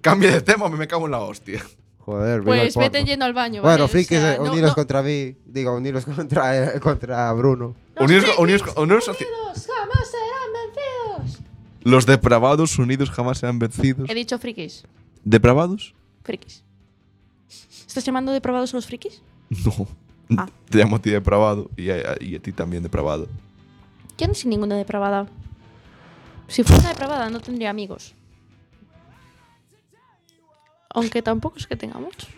Speaker 3: Cambia de tema, me, me cago en la hostia.
Speaker 5: Joder, viva el
Speaker 6: Pues
Speaker 5: porno.
Speaker 6: vete lleno al baño.
Speaker 5: Bueno,
Speaker 6: ¿vale? O
Speaker 5: frikis,
Speaker 6: sea,
Speaker 5: eh,
Speaker 6: no-
Speaker 5: uniros
Speaker 6: no-
Speaker 5: contra mí. Digo, uniros contra, eh, contra Bruno.
Speaker 3: Unidos, unidos, unidos hacia-
Speaker 6: Vencidos, jamás serán vencidos.
Speaker 3: los depravados unidos jamás serán vencidos.
Speaker 6: He dicho frikis.
Speaker 3: ¿Depravados?
Speaker 6: Frikis. ¿Estás llamando depravados a los frikis?
Speaker 3: No.
Speaker 6: Ah.
Speaker 3: Te llamo a ti depravado y a- y a ti también depravado.
Speaker 6: Yo no soy ninguna depravada. Si fuera una depravada no tendría amigos. Aunque tampoco es que tenga muchos.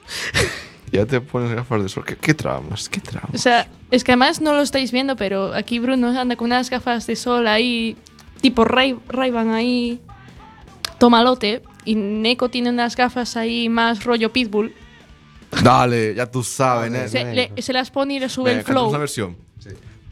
Speaker 3: Ya te pones gafas de sol. ¿Qué, qué tramas? ¿Qué
Speaker 6: O
Speaker 3: tramas?
Speaker 6: sea, es que además no lo estáis viendo, pero aquí Bruno anda con unas gafas de sol ahí, tipo Ray- Ray-Ban ahí, tomalote. Y Neko tiene unas gafas ahí más rollo pitbull.
Speaker 3: Dale, ya tú sabes,
Speaker 5: Joder,
Speaker 3: ¿eh?
Speaker 6: Se,
Speaker 5: Neko.
Speaker 6: le- se las pone y le sube
Speaker 3: Venga,
Speaker 6: el
Speaker 3: cantamos
Speaker 6: flow.
Speaker 3: una versión.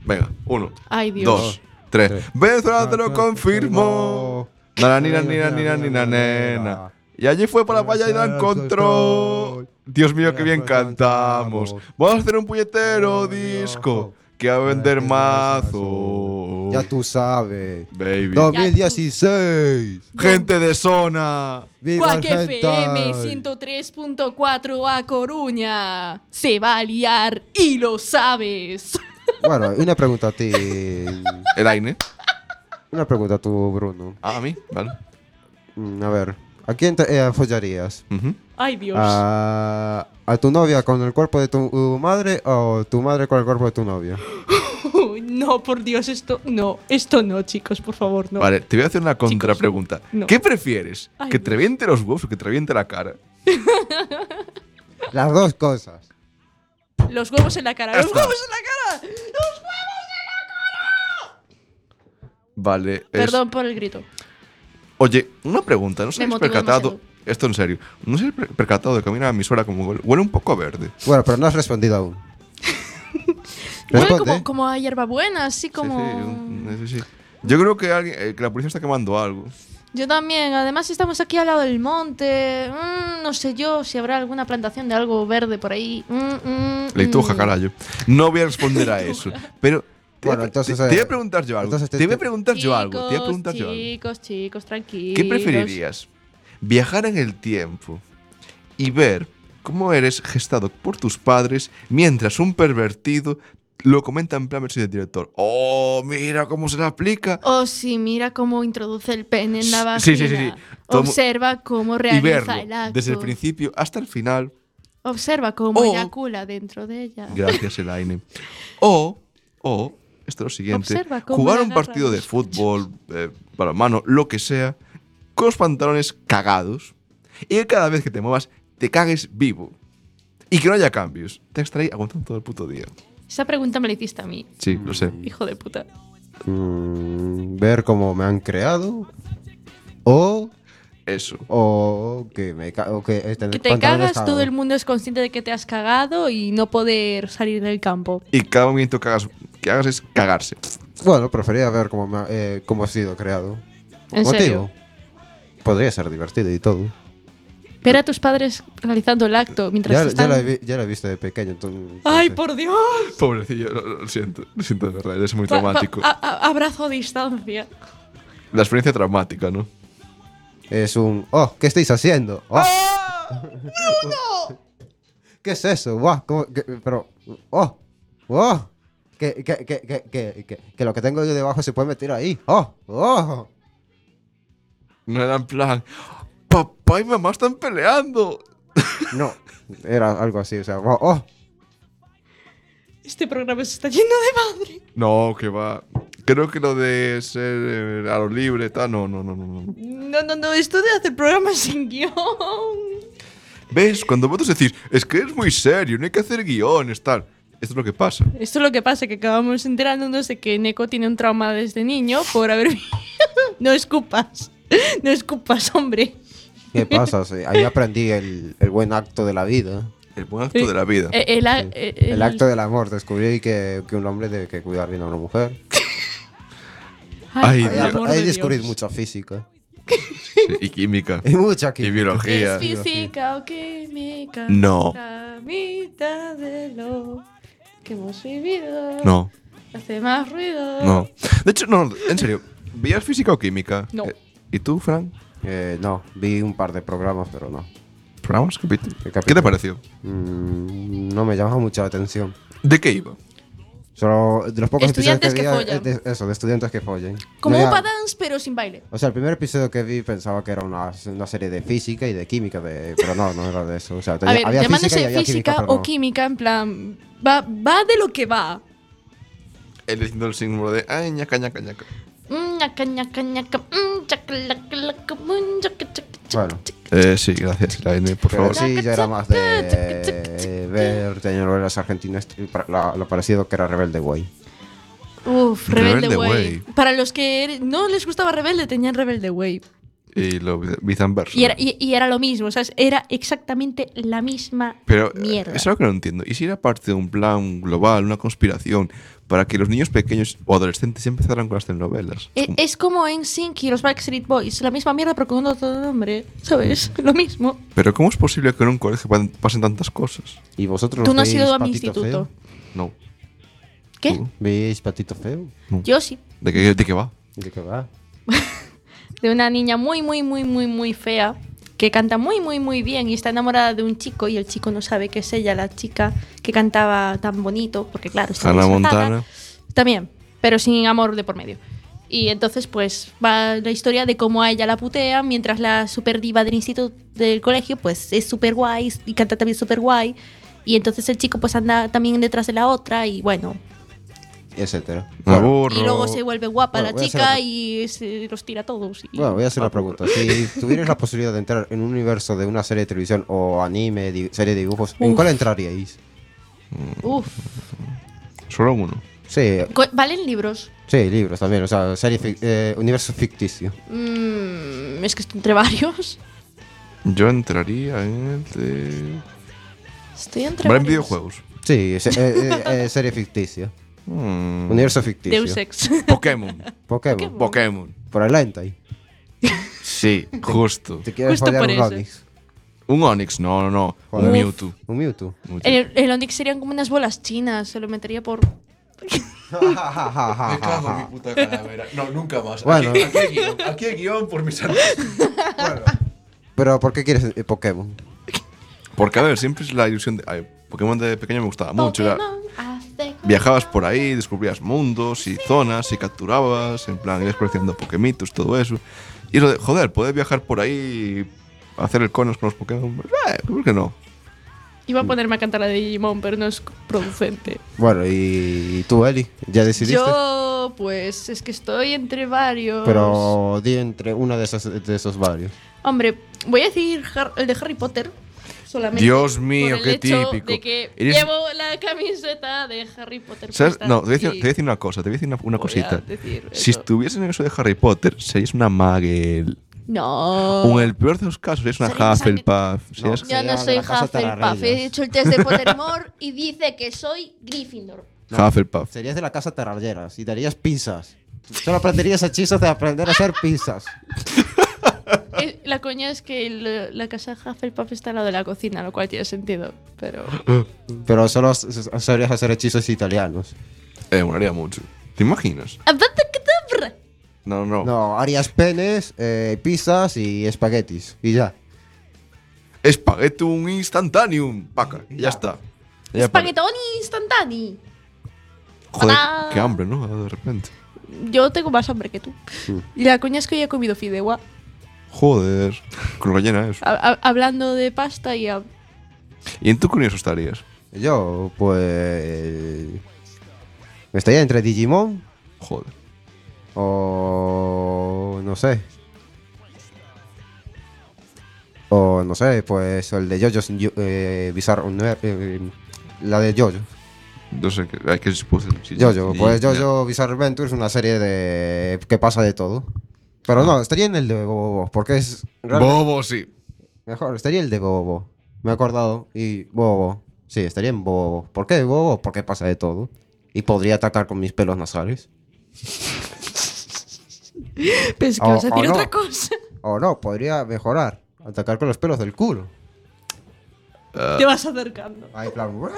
Speaker 3: Venga, uno,
Speaker 6: Ay, Dios.
Speaker 3: dos, tres. Venezuela te lo confirmó. Nana, nina, nina, nina, nina, nena. Y allí fue para la playa y la encontró. Dios mío, qué bien cantamos. Vamos a hacer un puñetero disco que va a vender mazo.
Speaker 5: Ya tú sabes.
Speaker 3: Baby.
Speaker 5: 2016.
Speaker 3: Gente de zona.
Speaker 5: Viva
Speaker 6: Quack
Speaker 5: el
Speaker 6: FM
Speaker 5: hentai.
Speaker 6: 103.4 a Coruña. Se va a liar y lo sabes.
Speaker 5: Bueno, una pregunta a ti.
Speaker 3: El Aine.
Speaker 5: Una pregunta a tu, Bruno.
Speaker 3: Ah, a mí, vale.
Speaker 5: Mm, A ver, ¿a quién te eh, follarías?
Speaker 3: Ujú.
Speaker 6: Ay, Dios.
Speaker 3: Ah.
Speaker 5: uh, ¿A, a tu novia con el cuerpo de tu madre o tu madre con el cuerpo de tu novia?
Speaker 1: Uy, no, por Dios, esto no, esto no, chicos, por favor, no.
Speaker 3: Vale, te voy a hacer una contrapregunta.
Speaker 1: no.
Speaker 3: ¿Qué prefieres?
Speaker 1: Ay,
Speaker 3: ¿Que te
Speaker 1: Dios.
Speaker 3: reviente los huevos o que te reviente la cara?
Speaker 5: Las dos cosas.
Speaker 1: Los huevos en la cara, los
Speaker 3: Esta.
Speaker 1: huevos en la cara. ¡Los huevos!
Speaker 3: Vale. es-
Speaker 1: Perdón por el grito.
Speaker 3: Oye, una pregunta. ¿No se habéis
Speaker 1: motivé
Speaker 3: percatado?
Speaker 1: demasiado.
Speaker 3: Esto en serio. ¿No se habéis per- percatado de caminar a mi suela como huele? Huele un poco a verde.
Speaker 5: Bueno, pero no has respondido aún.
Speaker 1: Huele
Speaker 5: Responde.
Speaker 1: como, como a hierbabuena, así
Speaker 3: Sí,
Speaker 1: como.
Speaker 3: sí, un- sí, sí. Yo creo que, alguien- eh, que la policía está quemando algo.
Speaker 1: Yo también, además estamos aquí al lado del monte. Mm, no sé yo si habrá alguna plantación de algo verde por ahí. Mm, mm,
Speaker 3: Leituja,
Speaker 1: mm.
Speaker 3: carajo. No voy a responder a eso. Pero. Te,
Speaker 5: Bueno,
Speaker 3: voy a-
Speaker 5: entonces,
Speaker 3: te, te voy
Speaker 5: eh,
Speaker 3: a preguntar yo algo.
Speaker 5: entonces este- te-
Speaker 3: te voy a
Speaker 5: te-
Speaker 3: preguntar yo algo. Te voy a preguntar yo
Speaker 1: chicos,
Speaker 3: algo.
Speaker 1: Chicos, chicos, tranquilos.
Speaker 3: ¿Qué preferirías? ¿Viajar en el tiempo y ver cómo eres gestado por tus padres mientras un pervertido lo comenta en plan versión del director? ¡Oh, mira cómo se la aplica!
Speaker 1: Oh, sí, mira cómo introduce el pene en la vagina.
Speaker 3: Sí, sí, sí, sí. Todo-
Speaker 1: Observa cómo
Speaker 3: Y
Speaker 1: realiza el
Speaker 3: verlo
Speaker 1: acto.
Speaker 3: desde el principio hasta el final.
Speaker 1: Observa cómo
Speaker 3: Oh.
Speaker 1: eyacula dentro de ella.
Speaker 3: Gracias, Elaine. O, o, esto es lo siguiente:
Speaker 1: Observa cómo
Speaker 3: jugar
Speaker 1: le
Speaker 3: un
Speaker 1: agarra
Speaker 3: partido de
Speaker 1: los
Speaker 3: fútbol, eh, balonmano, lo que sea, con los pantalones cagados y que cada vez que te muevas te cagues vivo. Y que no haya cambios. Te estaré aguantando todo el puto día.
Speaker 1: Esa pregunta me la hiciste a mí,
Speaker 3: Sí, lo sé.
Speaker 1: hijo de puta.
Speaker 5: Mm, ver cómo me han creado. O,
Speaker 3: Eso.
Speaker 5: o que me ca- o que, eh, tener
Speaker 1: Que te
Speaker 5: pantalones
Speaker 1: cagas, todo
Speaker 5: cagados.
Speaker 1: el mundo es consciente de que te has cagado y no poder salir del campo.
Speaker 3: Y cada momento que hagas, que hagas es cagarse.
Speaker 5: Bueno, prefería ver cómo, me ha- eh, cómo ha sido creado.
Speaker 1: ¿En serio?
Speaker 5: Podría ser divertido y todo.
Speaker 1: Ver a tus padres realizando el acto mientras
Speaker 5: Ya, ya
Speaker 1: están...
Speaker 5: la he, vi- ya la he visto de pequeño. entonces-
Speaker 1: ¡Ay,
Speaker 5: entonces-
Speaker 1: por Dios!
Speaker 3: Pobrecillo, lo, lo siento. Lo siento de verdad, es muy
Speaker 1: Pa- ah. pa-
Speaker 3: traumático.
Speaker 1: a- a- abrazo a distancia.
Speaker 3: La experiencia traumática, ¿no?
Speaker 5: Es un. ¡Oh! ¿Qué estáis haciendo? ¡Oh!
Speaker 1: ¡Ah!
Speaker 5: ¿Qué es eso? ¡Wow! ¿Cómo? qué- Pero. ¡Oh! ¡Oh! Que, que, que, que, que, que, que lo que tengo yo debajo se puede meter ahí. ¡Oh! ¡Oh!
Speaker 3: No era en plan, papá y mamá están peleando.
Speaker 5: No, era algo así, o sea, ¡oh! oh.
Speaker 1: Este programa se está lleno de madre.
Speaker 3: No, que va. Creo que lo de ser eh, a lo libre, tal, no, no, no, no, no.
Speaker 1: No, no, no, esto de hacer programas sin guión.
Speaker 3: ¿Ves? Cuando vosotros decís, es que es muy serio, no hay que hacer guiones, tal. Esto es lo que pasa.
Speaker 1: Esto es lo que pasa, que acabamos enterándonos de que Neko tiene un trauma desde niño por haber... no escupas, no escupas, hombre.
Speaker 5: ¿Qué pasa? Sí, ahí aprendí el, el buen acto de la vida.
Speaker 3: El buen acto de la vida.
Speaker 1: Eh, El, a- eh,
Speaker 5: El acto del amor. Descubrí que, que un hombre debe que cuidar bien a una mujer.
Speaker 3: Ay,
Speaker 5: Ahí,
Speaker 1: por el
Speaker 3: Dios.
Speaker 1: amor
Speaker 5: ahí
Speaker 1: de
Speaker 5: descubrí
Speaker 1: Dios.
Speaker 5: mucha física.
Speaker 3: Sí, y química.
Speaker 5: Y mucha
Speaker 3: y
Speaker 5: química.
Speaker 3: biología.
Speaker 1: ¿Es física o química?
Speaker 3: No.
Speaker 1: La mitad de lo que hemos vivido.
Speaker 3: No,
Speaker 1: Hace más ruido.
Speaker 3: no. De hecho, no, en serio. ¿Veías física o química?
Speaker 1: No.
Speaker 3: Eh, ¿Y tú, Frank?
Speaker 5: Eh, no, vi un par de programas, pero no.
Speaker 3: ¿Programas? Capítulo.
Speaker 5: capítulo?
Speaker 3: ¿Qué te pareció?
Speaker 5: Mm, no me llamaba mucho la atención.
Speaker 3: ¿De qué iba?
Speaker 5: Solo de los pocos
Speaker 1: Estudiantes que
Speaker 5: episodios que, vi,
Speaker 1: follan.
Speaker 5: eh, de- eso, de estudiantes que follen.
Speaker 1: Como
Speaker 5: No,
Speaker 1: un
Speaker 5: ya-
Speaker 1: Dance, pero sin baile.
Speaker 5: O sea, el primer episodio que vi pensaba que era una, una serie de física y de química, de, pero no, no era de eso. O sea,
Speaker 1: A
Speaker 5: tenía-
Speaker 1: ver,
Speaker 5: había
Speaker 1: llamándose
Speaker 5: física y
Speaker 1: física,
Speaker 5: había química, pero
Speaker 1: o
Speaker 5: no.
Speaker 1: química, en plan. Va, va de lo que va.
Speaker 3: Él diciendo el símbolo de, ay, ñaca, ñaca, ñaca.
Speaker 1: Mm, ñaca, ñaca, ñaca, mm, chacalacalaca, mm, chaca, chaca, chaca.
Speaker 5: Bueno,
Speaker 3: Eh, sí, gracias, Elaine, por favor.
Speaker 5: pero sí, yo era más de ver telenovelas argentinas, eh, la- lo parecido que era Rebelde Way.
Speaker 1: Uf, Rebelde,
Speaker 3: Rebelde
Speaker 1: Way.
Speaker 3: Way.
Speaker 1: Para los que er- no les gustaba Rebelde, tenían Rebelde Way.
Speaker 3: Y lo viceversa.
Speaker 1: Y era, y, y era lo mismo, ¿sabes? Era exactamente la misma
Speaker 3: Pero eh,
Speaker 1: mierda.
Speaker 3: es algo que no entiendo. ¿Y si era parte de un plan global, una conspiración, para que los niños pequeños o adolescentes empezaran con las telenovelas?
Speaker 1: E-
Speaker 3: Como-
Speaker 1: Es como en Sync y los Backstreet Boys, la misma mierda pero con otro nombre, ¿sabes? Lo mismo.
Speaker 3: Pero ¿cómo es posible que en un colegio pa- pasen tantas cosas?
Speaker 5: ¿Y vosotros
Speaker 1: Tú no has
Speaker 5: veis
Speaker 1: ido a mi
Speaker 5: Patito
Speaker 1: instituto.
Speaker 5: Feo?
Speaker 3: No.
Speaker 1: ¿Qué?
Speaker 3: ¿Tú?
Speaker 5: ¿Veis Patito Feo?
Speaker 1: Yo sí.
Speaker 3: ¿De qué, de qué va?
Speaker 5: ¿De qué va?
Speaker 1: De una niña muy, muy, muy, muy, muy fea que canta muy, muy, muy bien y está enamorada de un chico y el chico no sabe que es ella, la chica que cantaba tan bonito, porque claro, está
Speaker 3: Ana
Speaker 1: desfasada.
Speaker 3: Montana.
Speaker 1: También, pero sin amor de por medio. Y entonces, pues, va la historia de cómo a ella la putea, mientras la super diva del instituto del colegio, pues, es súper guay y canta también súper guay. Y entonces el chico, pues, anda también detrás de la otra y, bueno,
Speaker 5: etcétera.
Speaker 3: Me
Speaker 5: Bueno,
Speaker 3: aburro.
Speaker 1: Y luego se vuelve guapa
Speaker 5: Bueno,
Speaker 1: la
Speaker 5: voy a hacer
Speaker 1: chica
Speaker 5: otra.
Speaker 1: y se los tira a todos. y-
Speaker 5: Bueno, voy a hacer una pregunta. Si tuvierais la posibilidad de entrar en un universo de una serie de televisión o anime, di- serie de dibujos, ¿en
Speaker 1: Uf.
Speaker 5: cuál entraríais?
Speaker 1: Uf.
Speaker 3: Solo uno.
Speaker 5: Sí,
Speaker 1: Co- ¿Valen libros?
Speaker 5: sí, libros también, o sea, serie fic- eh, universo ficticio.
Speaker 1: Mm, es que estoy entre varios.
Speaker 3: Yo entraría en el de.
Speaker 1: Estoy entre
Speaker 3: Vale, en
Speaker 1: varios.
Speaker 3: videojuegos.
Speaker 5: Sí, se- eh, eh, eh, serie ficticia.
Speaker 3: Mm,
Speaker 5: Universo ficticio.
Speaker 1: Deus Ex.
Speaker 3: Pokémon.
Speaker 5: Hmm. Pokémon.
Speaker 3: Pokémon.
Speaker 5: Por el hentai.
Speaker 3: Sí, justo.
Speaker 5: ¿Te quieres
Speaker 1: Justo
Speaker 5: follar
Speaker 1: por
Speaker 5: un
Speaker 1: eso.
Speaker 5: Onix?
Speaker 3: Un Onix, no, no, no. Un
Speaker 5: Joder.
Speaker 3: Mewtwo.
Speaker 5: Un Mewtwo.
Speaker 3: Mewtwo.
Speaker 1: el, el Onix serían como unas bolas chinas. Se lo metería por.
Speaker 9: Me cago en mi puta calavera. No, nunca más.
Speaker 5: Bueno.
Speaker 9: Aquí, aquí hay guión, aquí hay guión por mis santos.
Speaker 5: Pero ¿por qué quieres eh, Pokémon?
Speaker 3: Porque, a ver, siempre es la ilusión de. ay, Pokémon de pequeño me gustaba mucho. era-
Speaker 1: Pokémon hace-
Speaker 3: viajabas por ahí, descubrías mundos y zonas y capturabas, en plan, ibas coleccionando Pokémitos, todo eso. Y eso de, joder, poder viajar por ahí y hacer el conos con los Pokémon. Eh, ¿Por qué no?
Speaker 1: Iba a ponerme a cantar la de Digimon, pero no es producente.
Speaker 5: Bueno, y tú, Eli, ¿ya decidiste?
Speaker 1: Yo, pues, es que estoy entre varios.
Speaker 5: Pero di entre uno de esos, de esos varios.
Speaker 1: Hombre, voy a decir Har- el de Harry Potter. Solamente
Speaker 3: Dios
Speaker 1: por
Speaker 3: mío,
Speaker 1: el
Speaker 3: qué
Speaker 1: hecho
Speaker 3: típico.
Speaker 1: De que
Speaker 3: Eres-
Speaker 1: llevo la camiseta de Harry Potter.
Speaker 3: ¿Sabes?
Speaker 1: puesta
Speaker 3: No, te voy, a decir,
Speaker 1: y
Speaker 3: te voy a decir una cosa, te voy a decir una, una
Speaker 1: voy a
Speaker 3: cosita.
Speaker 1: decir
Speaker 3: Si
Speaker 1: eso.
Speaker 3: estuvieras en eso de Harry Potter, serías una Muggle.
Speaker 1: No.
Speaker 3: O en el peor de los casos, serías una
Speaker 1: Serías Oh. una-
Speaker 3: Hufflepuff.
Speaker 5: No.
Speaker 3: serías-
Speaker 1: Yo
Speaker 5: Sería
Speaker 1: no soy
Speaker 5: la casa
Speaker 1: Hufflepuff.
Speaker 5: Tarradellas.
Speaker 1: He hecho el test de Pottermore y dice que soy Gryffindor.
Speaker 3: Hufflepuff.
Speaker 5: Serías de la casa taralleras y darías pizzas. Solo aprenderías hechizos de aprender a hacer pizzas.
Speaker 1: Eh, La coña es que el- la casa de Hufflepuff está al lado de la cocina, lo cual tiene sentido. Pero
Speaker 5: Pero solo s- s- sabrías hacer hechizos italianos.
Speaker 3: Eh, molaría mucho. ¿Te imaginas?
Speaker 1: Ah, ¡Abracadabra!
Speaker 3: No, no.
Speaker 5: No, harías penes, eh, pizzas y espaguetis. Y ya.
Speaker 3: Espaguetum instantaneum. Paca, y ya está. Ya para.
Speaker 1: Spaghettoni instantáneo.
Speaker 3: Joder,
Speaker 1: ¡Tada!
Speaker 3: qué hambre, ¿no? Ah, De repente.
Speaker 1: Yo tengo más hambre que tú.
Speaker 5: Mm.
Speaker 1: Y la coña es que hoy he comido fideuá.
Speaker 3: Joder, con rellena eso.
Speaker 1: Ha- ha- hablando de pasta y a-
Speaker 3: ¿Y en tu curioso estarías?
Speaker 5: Yo, pues. Me estaría entre Digimon
Speaker 3: Joder.
Speaker 5: o. No sé. O no sé, pues el de JoJo's Yo- eh, Bizarre Univers- eh, la de JoJo.
Speaker 3: No sé, qué- hay que supuse. Sí,
Speaker 5: JoJo,
Speaker 3: sí,
Speaker 5: pues
Speaker 3: ya.
Speaker 5: JoJo Bizarre Adventure es una serie de. que pasa de todo. Pero no, estaría en el de Bobo, porque es. realmente-
Speaker 3: Bobo, sí.
Speaker 5: Mejor, estaría el de Bobo. Me he acordado. Y Bobo. Sí, estaría en Bobo. ¿Por qué Bobo? Porque pasa de todo. Y podría atacar con mis pelos nasales.
Speaker 1: Pensé que
Speaker 5: O-
Speaker 1: ibas Pues, a decir
Speaker 5: o no.
Speaker 1: otra cosa.
Speaker 5: O no, podría mejorar. Atacar con los pelos del culo. Ah.
Speaker 1: Te vas acercando.
Speaker 5: Ahí, plan.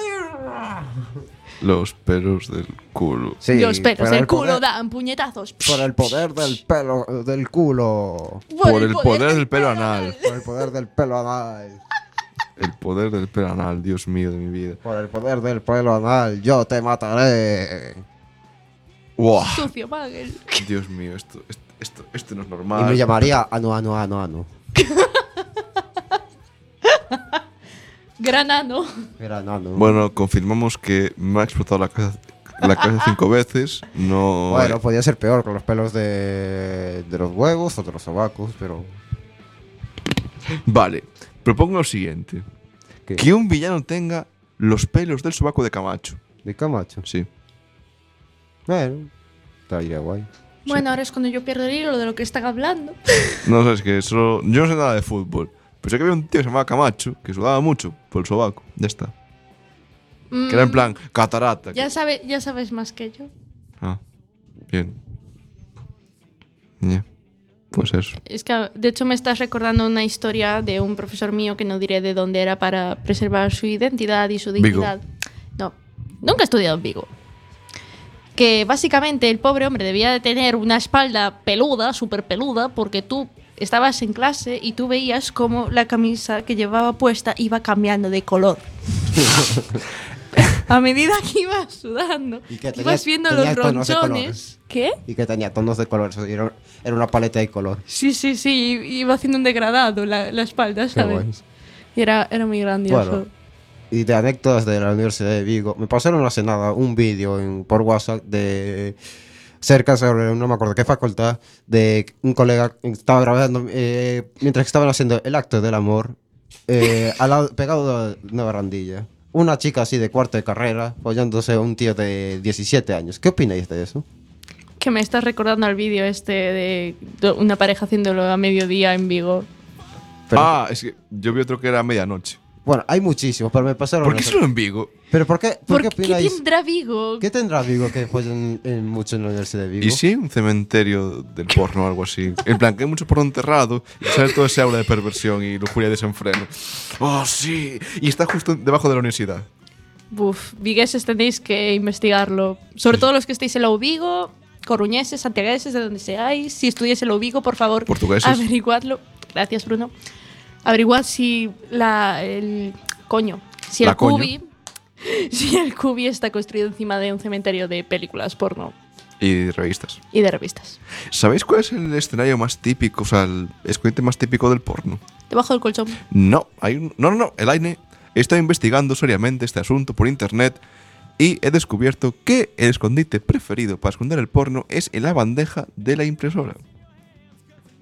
Speaker 3: Los pelos del culo.
Speaker 5: Sí,
Speaker 1: Los pelos
Speaker 5: por
Speaker 1: del
Speaker 5: el
Speaker 1: culo
Speaker 5: poder-
Speaker 1: dan puñetazos.
Speaker 5: Por el poder del pelo del culo.
Speaker 3: Por el poder del pelo anal.
Speaker 5: Por el poder del pelo anal.
Speaker 3: El poder del pelo anal, Dios mío de mi vida.
Speaker 5: Por el poder del pelo anal. Yo te mataré.
Speaker 3: ¡Wow!
Speaker 1: Sucio, Magel.
Speaker 3: Dios mío, esto, esto, esto, esto no es
Speaker 5: Y
Speaker 3: normal.
Speaker 5: me llamaría Ano, Ano, Ano, Ano.
Speaker 1: Granano.
Speaker 5: Era Nano.
Speaker 3: Bueno, confirmamos que me ha explotado la cabeza, la cabeza cinco veces. No.
Speaker 5: Bueno, podía ser peor con los pelos de, de los huevos o de los sobacos, pero.
Speaker 3: Vale, propongo lo siguiente:
Speaker 5: ¿Qué?
Speaker 3: que un villano tenga los pelos del sobaco de Camacho.
Speaker 5: De Camacho.
Speaker 3: Sí.
Speaker 5: Bueno, estaría guay.
Speaker 1: Bueno, ahora es cuando yo pierdo el hilo de lo que están hablando.
Speaker 3: No sé, es que solo. Yo no sé nada de fútbol. Pero sé que había un tío que se llamaba Camacho, que sudaba mucho por el sobaco. Ya está.
Speaker 1: Mm,
Speaker 3: Que era en plan catarata.
Speaker 1: Ya,
Speaker 3: que-
Speaker 1: sabe, ya sabes más que yo.
Speaker 3: Ah, bien. Ya. Pues eso.
Speaker 1: Es que, de hecho, me estás recordando una historia de un profesor mío que no diré de dónde era para preservar su identidad y su
Speaker 3: Vigo.
Speaker 1: dignidad. No, nunca he estudiado en Vigo. Que básicamente el pobre hombre debía de tener una espalda peluda, súper peluda, porque tú estabas en clase y tú veías cómo la camisa que llevaba puesta iba cambiando de color. A medida que ibas sudando,
Speaker 5: Y que
Speaker 1: ibas
Speaker 5: tenías-
Speaker 1: viendo los
Speaker 5: tenías tonos de
Speaker 1: ronchones.
Speaker 5: colores.
Speaker 1: ¿Qué?
Speaker 5: Y que tenía tonos de color, eso era, era una paleta de color.
Speaker 1: Sí, sí, sí, iba haciendo un degradado la, la espalda,
Speaker 5: Qué
Speaker 1: ¿sabes?
Speaker 5: guay.
Speaker 1: Y era, era muy grandioso.
Speaker 5: Bueno. y de anécdotas de la Universidad de Vigo. Me pasaron hace nada un vídeo en- por WhatsApp de cerca sobre no me acuerdo qué facultad de un colega que estaba grabando eh, mientras estaban haciendo el acto del amor eh, al lado- pegado a una barandilla. Una chica así de cuarto de carrera follándose a un tío de 17 años. ¿Qué opináis de eso?
Speaker 6: Que me estás recordando al vídeo este de de una pareja haciéndolo a mediodía en Vigo.
Speaker 5: Pero-
Speaker 3: ah, es que yo vi otro que era a medianoche.
Speaker 5: Bueno, hay muchísimos, pero me pasaron.
Speaker 3: ¿Por qué
Speaker 5: eso.
Speaker 3: solo en Vigo?
Speaker 5: ¿Pero por qué,
Speaker 6: ¿Por
Speaker 5: por qué
Speaker 6: qué,
Speaker 5: opináis?
Speaker 6: tendrá Vigo?
Speaker 5: ¿Qué tendrá Vigo que follen en- mucho en la Universidad de Vigo?
Speaker 3: ¿Y sí? Un cementerio del porno o algo así. En plan, que hay mucho porno enterrado y sale todo ese aula de perversión y lujuria y desenfreno. ¡Oh, sí! Y está justo debajo de la universidad.
Speaker 6: Buf, vigueses tenéis que investigarlo. Sobre todo los que estéis en la Vigo, coruñeses, santiagueses, de donde seáis. Si estudiáis en la Vigo, por favor,
Speaker 3: Portugueses.
Speaker 6: averiguadlo. Gracias, Bruno. Averiguad si la. el coño. Si
Speaker 3: La
Speaker 6: el
Speaker 3: coño.
Speaker 6: cubi. Si el cubi está construido encima de un cementerio de películas porno
Speaker 3: Y revistas.
Speaker 6: y de revistas.
Speaker 3: ¿Sabéis cuál es el escenario más típico, o sea, el escondite más típico del porno?
Speaker 6: Debajo del colchón.
Speaker 3: No, hay un- no, no, no, el AINE está investigando seriamente este asunto por internet y he descubierto que el escondite preferido para esconder el porno es en la bandeja de la impresora.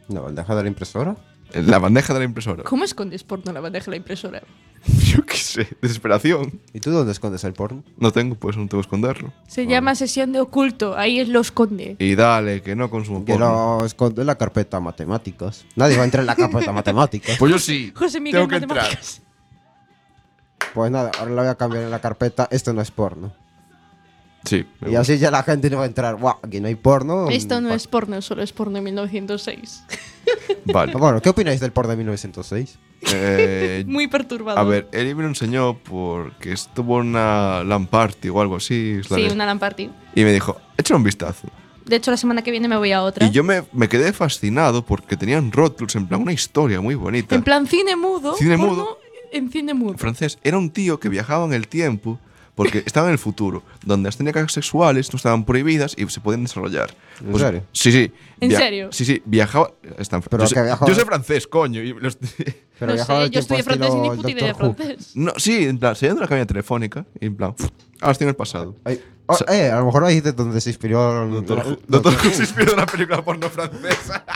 Speaker 5: ¿La bandeja de la impresora?
Speaker 3: En la bandeja de la impresora.
Speaker 6: ¿Cómo escondes porno en la bandeja de la impresora?
Speaker 3: Yo qué sé, desesperación.
Speaker 5: ¿Y tú dónde escondes el porno?
Speaker 3: No tengo, pues no tengo que esconderlo.
Speaker 6: Se llama sesión de oculto. Ahí él lo esconde.
Speaker 3: Y dale, que no consumo
Speaker 5: Que
Speaker 3: porno.
Speaker 5: lo escondo en la carpeta matemáticas. Nadie va a entrar en la carpeta matemáticas.
Speaker 3: Pues yo sí.
Speaker 6: José Miguel
Speaker 3: tengo que entrar.
Speaker 6: Matemáticas.
Speaker 5: Pues nada, ahora la voy a cambiar en la carpeta. Esto no es porno.
Speaker 3: Sí. me
Speaker 5: Y así ya la gente no va a entrar. ¡Wow! Aquí no hay porno.
Speaker 6: Esto no
Speaker 5: Pa-
Speaker 6: es porno, solo es porno en 1906.
Speaker 3: gusta. Vale.
Speaker 5: Bueno, ¿qué opináis del porno de 1906?
Speaker 3: Eh,
Speaker 6: Muy perturbador.
Speaker 3: a ver, Eli me lo enseñó porque estuvo en una LAN party o algo así. es la
Speaker 6: Sí,
Speaker 3: de-
Speaker 6: una LAN party.
Speaker 3: Y me dijo, échale un vistazo.
Speaker 6: De hecho, la semana que viene me voy a otra.
Speaker 3: Y yo me, me quedé fascinado porque tenían rótulos, en plan, una historia muy bonita.
Speaker 6: En plan cine mudo.
Speaker 3: Cine
Speaker 6: porno
Speaker 3: mudo.
Speaker 6: En cine
Speaker 3: En
Speaker 6: mudo.
Speaker 3: francés, era un tío que viajaba en el tiempo porque estaba en el futuro, donde las técnicas sexuales no estaban prohibidas y se podían desarrollar. Pues,
Speaker 5: ¿En serio?
Speaker 3: Sí, sí.
Speaker 6: ¿En serio?
Speaker 3: Sí, sí, viajaba... está en fr-
Speaker 5: Pero
Speaker 3: yo,
Speaker 5: que
Speaker 3: sé,
Speaker 5: viajaba-
Speaker 3: yo sé francés, coño. y los-
Speaker 6: no
Speaker 5: Pero viajaba
Speaker 6: sé,
Speaker 5: al
Speaker 6: yo
Speaker 5: tiempo
Speaker 6: estudié francés y
Speaker 5: estilo
Speaker 6: ni puta idea de
Speaker 5: Doctor Who.
Speaker 6: francés.
Speaker 3: no, sí, en plan, saliendo de la cabina telefónica y en plan, ahora estoy en el pasado.
Speaker 5: Ay, oh,
Speaker 3: Sa-
Speaker 5: eh, a lo mejor ahí es de donde se inspiró. el-
Speaker 3: Doctor,
Speaker 5: la-
Speaker 3: Who-
Speaker 5: Doctor
Speaker 3: Doctor Who se inspiró en una película porno francesa.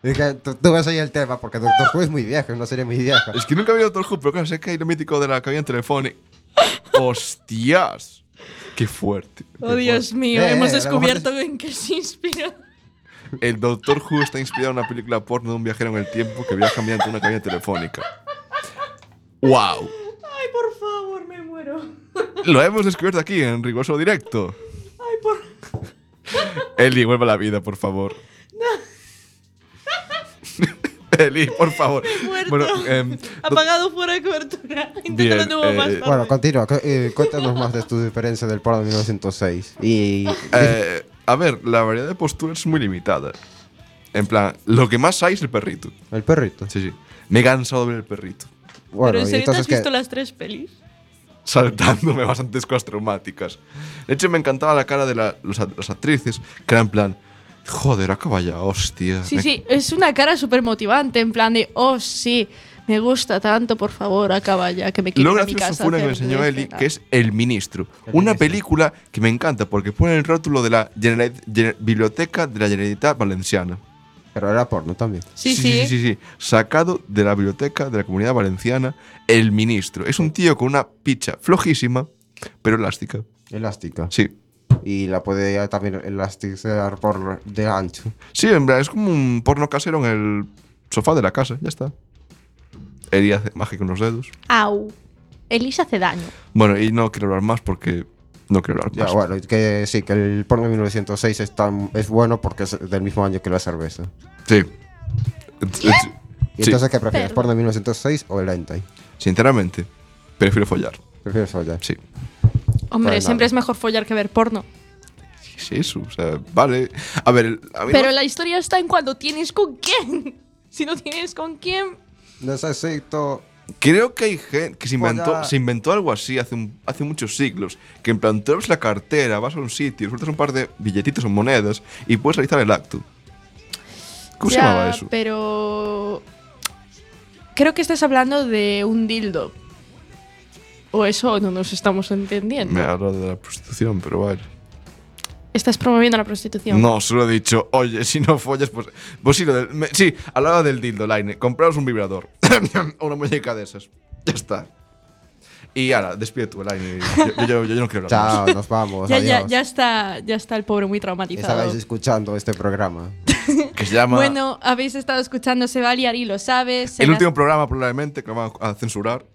Speaker 5: Es que tú, tú ves ahí el tema, porque Doctor Who es muy viejo, es una serie muy vieja.
Speaker 3: Es que nunca había Doctor Who, pero claro, sé que hay lo mítico de la cabina telefónica. ¡Hostias! ¡Qué fuerte!
Speaker 6: Oh, Dios mío,
Speaker 5: Eh,
Speaker 6: hemos
Speaker 5: eh, a lo mejor
Speaker 6: descubierto en qué se inspira.
Speaker 3: El Doctor Who está inspirado en una película porno de un viajero en el tiempo que viaja mediante una cabina telefónica. ¡Wow!
Speaker 6: Ay, por favor, me muero.
Speaker 3: Lo hemos descubierto aquí en riguroso directo.
Speaker 6: Ay, por.
Speaker 3: Eli, vuelva a la vida, por favor. Eli, por favor.
Speaker 6: muerto.
Speaker 3: Bueno, em,
Speaker 6: Apagado fuera de cobertura. Inténtalo
Speaker 3: Bien,
Speaker 6: de nuevo más
Speaker 3: eh,
Speaker 6: tarde.
Speaker 5: Bueno, continúa, cu- eh, cuéntanos más de tu diferencia del porno de 1906. Y
Speaker 3: eh, a ver, la variedad de posturas es muy limitada. En plan, lo que más hay es el perrito.
Speaker 5: el perrito.
Speaker 3: Sí, sí. Me he cansado de ver el perrito.
Speaker 5: Bueno,
Speaker 6: Pero en
Speaker 5: y
Speaker 6: serio, ¿te has
Speaker 5: entonces, ¿qué?
Speaker 6: visto las tres pelis?
Speaker 3: saltándome bastantes cosas traumáticas. De hecho, me encantaba la cara de la- los a- las actrices, que era en plan, joder, acaba ya, hostia.
Speaker 6: Sí,
Speaker 3: Me-
Speaker 6: sí, es una cara súper motivante, en plan de, oh, sí, me gusta tanto, por favor, acaba ya, que me quiero
Speaker 3: Lo
Speaker 6: ir a mi
Speaker 3: gracioso
Speaker 6: casa.
Speaker 3: fue una que
Speaker 6: a
Speaker 3: me
Speaker 6: hacer
Speaker 3: enseñó
Speaker 6: de
Speaker 3: Eli,
Speaker 6: cena".
Speaker 3: que es El Ministro. Una película que me encanta porque pone el rótulo de la Generali- Gener- Biblioteca de la Generalitat Valenciana.
Speaker 5: Pero era porno también.
Speaker 6: Sí, sí.
Speaker 3: sí, sí, sí. Sacado de la Biblioteca de la Comunidad Valenciana, El Ministro. Es un tío con una picha flojísima, pero elástica.
Speaker 5: Elástica.
Speaker 3: Sí.
Speaker 5: Y la podía también elastizar por de ancho.
Speaker 3: Sí, en verdad, es como un porno casero en el sofá de la casa, ya está. Eri hace magia con los dedos.
Speaker 1: Au. Elisa hace daño.
Speaker 3: Bueno, y no quiero hablar más porque no quiero hablar
Speaker 5: Ya,
Speaker 3: más.
Speaker 5: bueno, que sí, que el porno de 1906 es, tan- es bueno porque es del mismo año que la cerveza.
Speaker 3: Sí. Ent- ent-
Speaker 5: ¿Y
Speaker 3: sí,
Speaker 5: entonces qué prefieres,
Speaker 1: Perdón.
Speaker 5: porno de 1906 o el hentai?
Speaker 3: Sinceramente, prefiero follar.
Speaker 5: Prefieres follar.
Speaker 3: Sí.
Speaker 6: Hombre,
Speaker 5: Pues nada.
Speaker 6: siempre es mejor follar que ver porno.
Speaker 3: Sí, sí, eso. O sea, vale. A ver, el- a mí
Speaker 6: Pero
Speaker 3: no-
Speaker 6: la historia está en cuando tienes con quién. Si no tienes con quién,
Speaker 5: Necesito...
Speaker 3: creo que hay gente que se inventó,
Speaker 5: Follar.
Speaker 3: se inventó algo así hace, un- hace muchos siglos. Que en plan, tú abres la cartera, vas a un sitio, sueltas un par de billetitos o monedas y puedes realizar el acto. ¿Cómo se
Speaker 6: Ya,
Speaker 3: llamaba eso?
Speaker 6: Pero Creo que estás hablando de un dildo. O eso no nos estamos entendiendo.
Speaker 3: Me habla de la prostitución, pero vale.
Speaker 6: Estás promoviendo la prostitución.
Speaker 3: No, solo he dicho, oye, si no follas, pues. Pues sí, lo del- me- sí, hablaba del dildo, Line. Compraos un vibrador. o una muñeca de esas. Ya está. Y ahora, despide tú, Line. Yo, yo- yo- yo no quiero hablar. más.
Speaker 5: Chao, nos vamos.
Speaker 6: Ya, ya,
Speaker 5: adiós.
Speaker 6: ya está, ya está el pobre muy traumatizado.
Speaker 5: Estabais escuchando este programa.
Speaker 3: Que se llama.
Speaker 6: Bueno, habéis estado escuchando Se va a liar y lo sabes.
Speaker 3: el
Speaker 6: en la-
Speaker 3: último programa, probablemente, que lo van a censurar.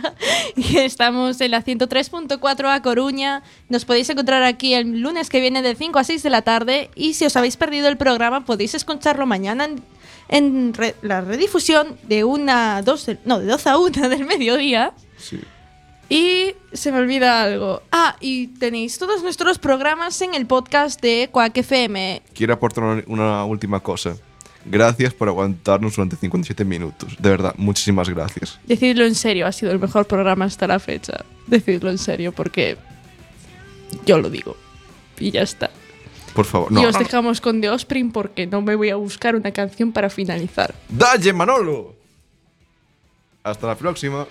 Speaker 6: Estamos en la 103.4 a Coruña. Nos podéis encontrar aquí el lunes que viene de 5 a 6 de la tarde. Y si os habéis perdido el programa, podéis escucharlo mañana en, en re- la redifusión de 1 a 2, del- no, de 12 a 1 del mediodía.
Speaker 3: Sí.
Speaker 6: Y se me olvida algo. Ah, y tenéis todos nuestros programas en el podcast de Quack FM.
Speaker 3: Quiero aportar una, una última cosa. Gracias por aguantarnos durante 57 minutos. De verdad, muchísimas gracias.
Speaker 6: Decidlo en serio, ha sido el mejor programa hasta la fecha. Decidlo en serio, porque yo lo digo. Y ya está.
Speaker 3: Por favor. No.
Speaker 6: Y os dejamos con The Ospring porque no me voy a buscar una canción para finalizar.
Speaker 3: ¡Dalle, Manolo! Hasta la próxima.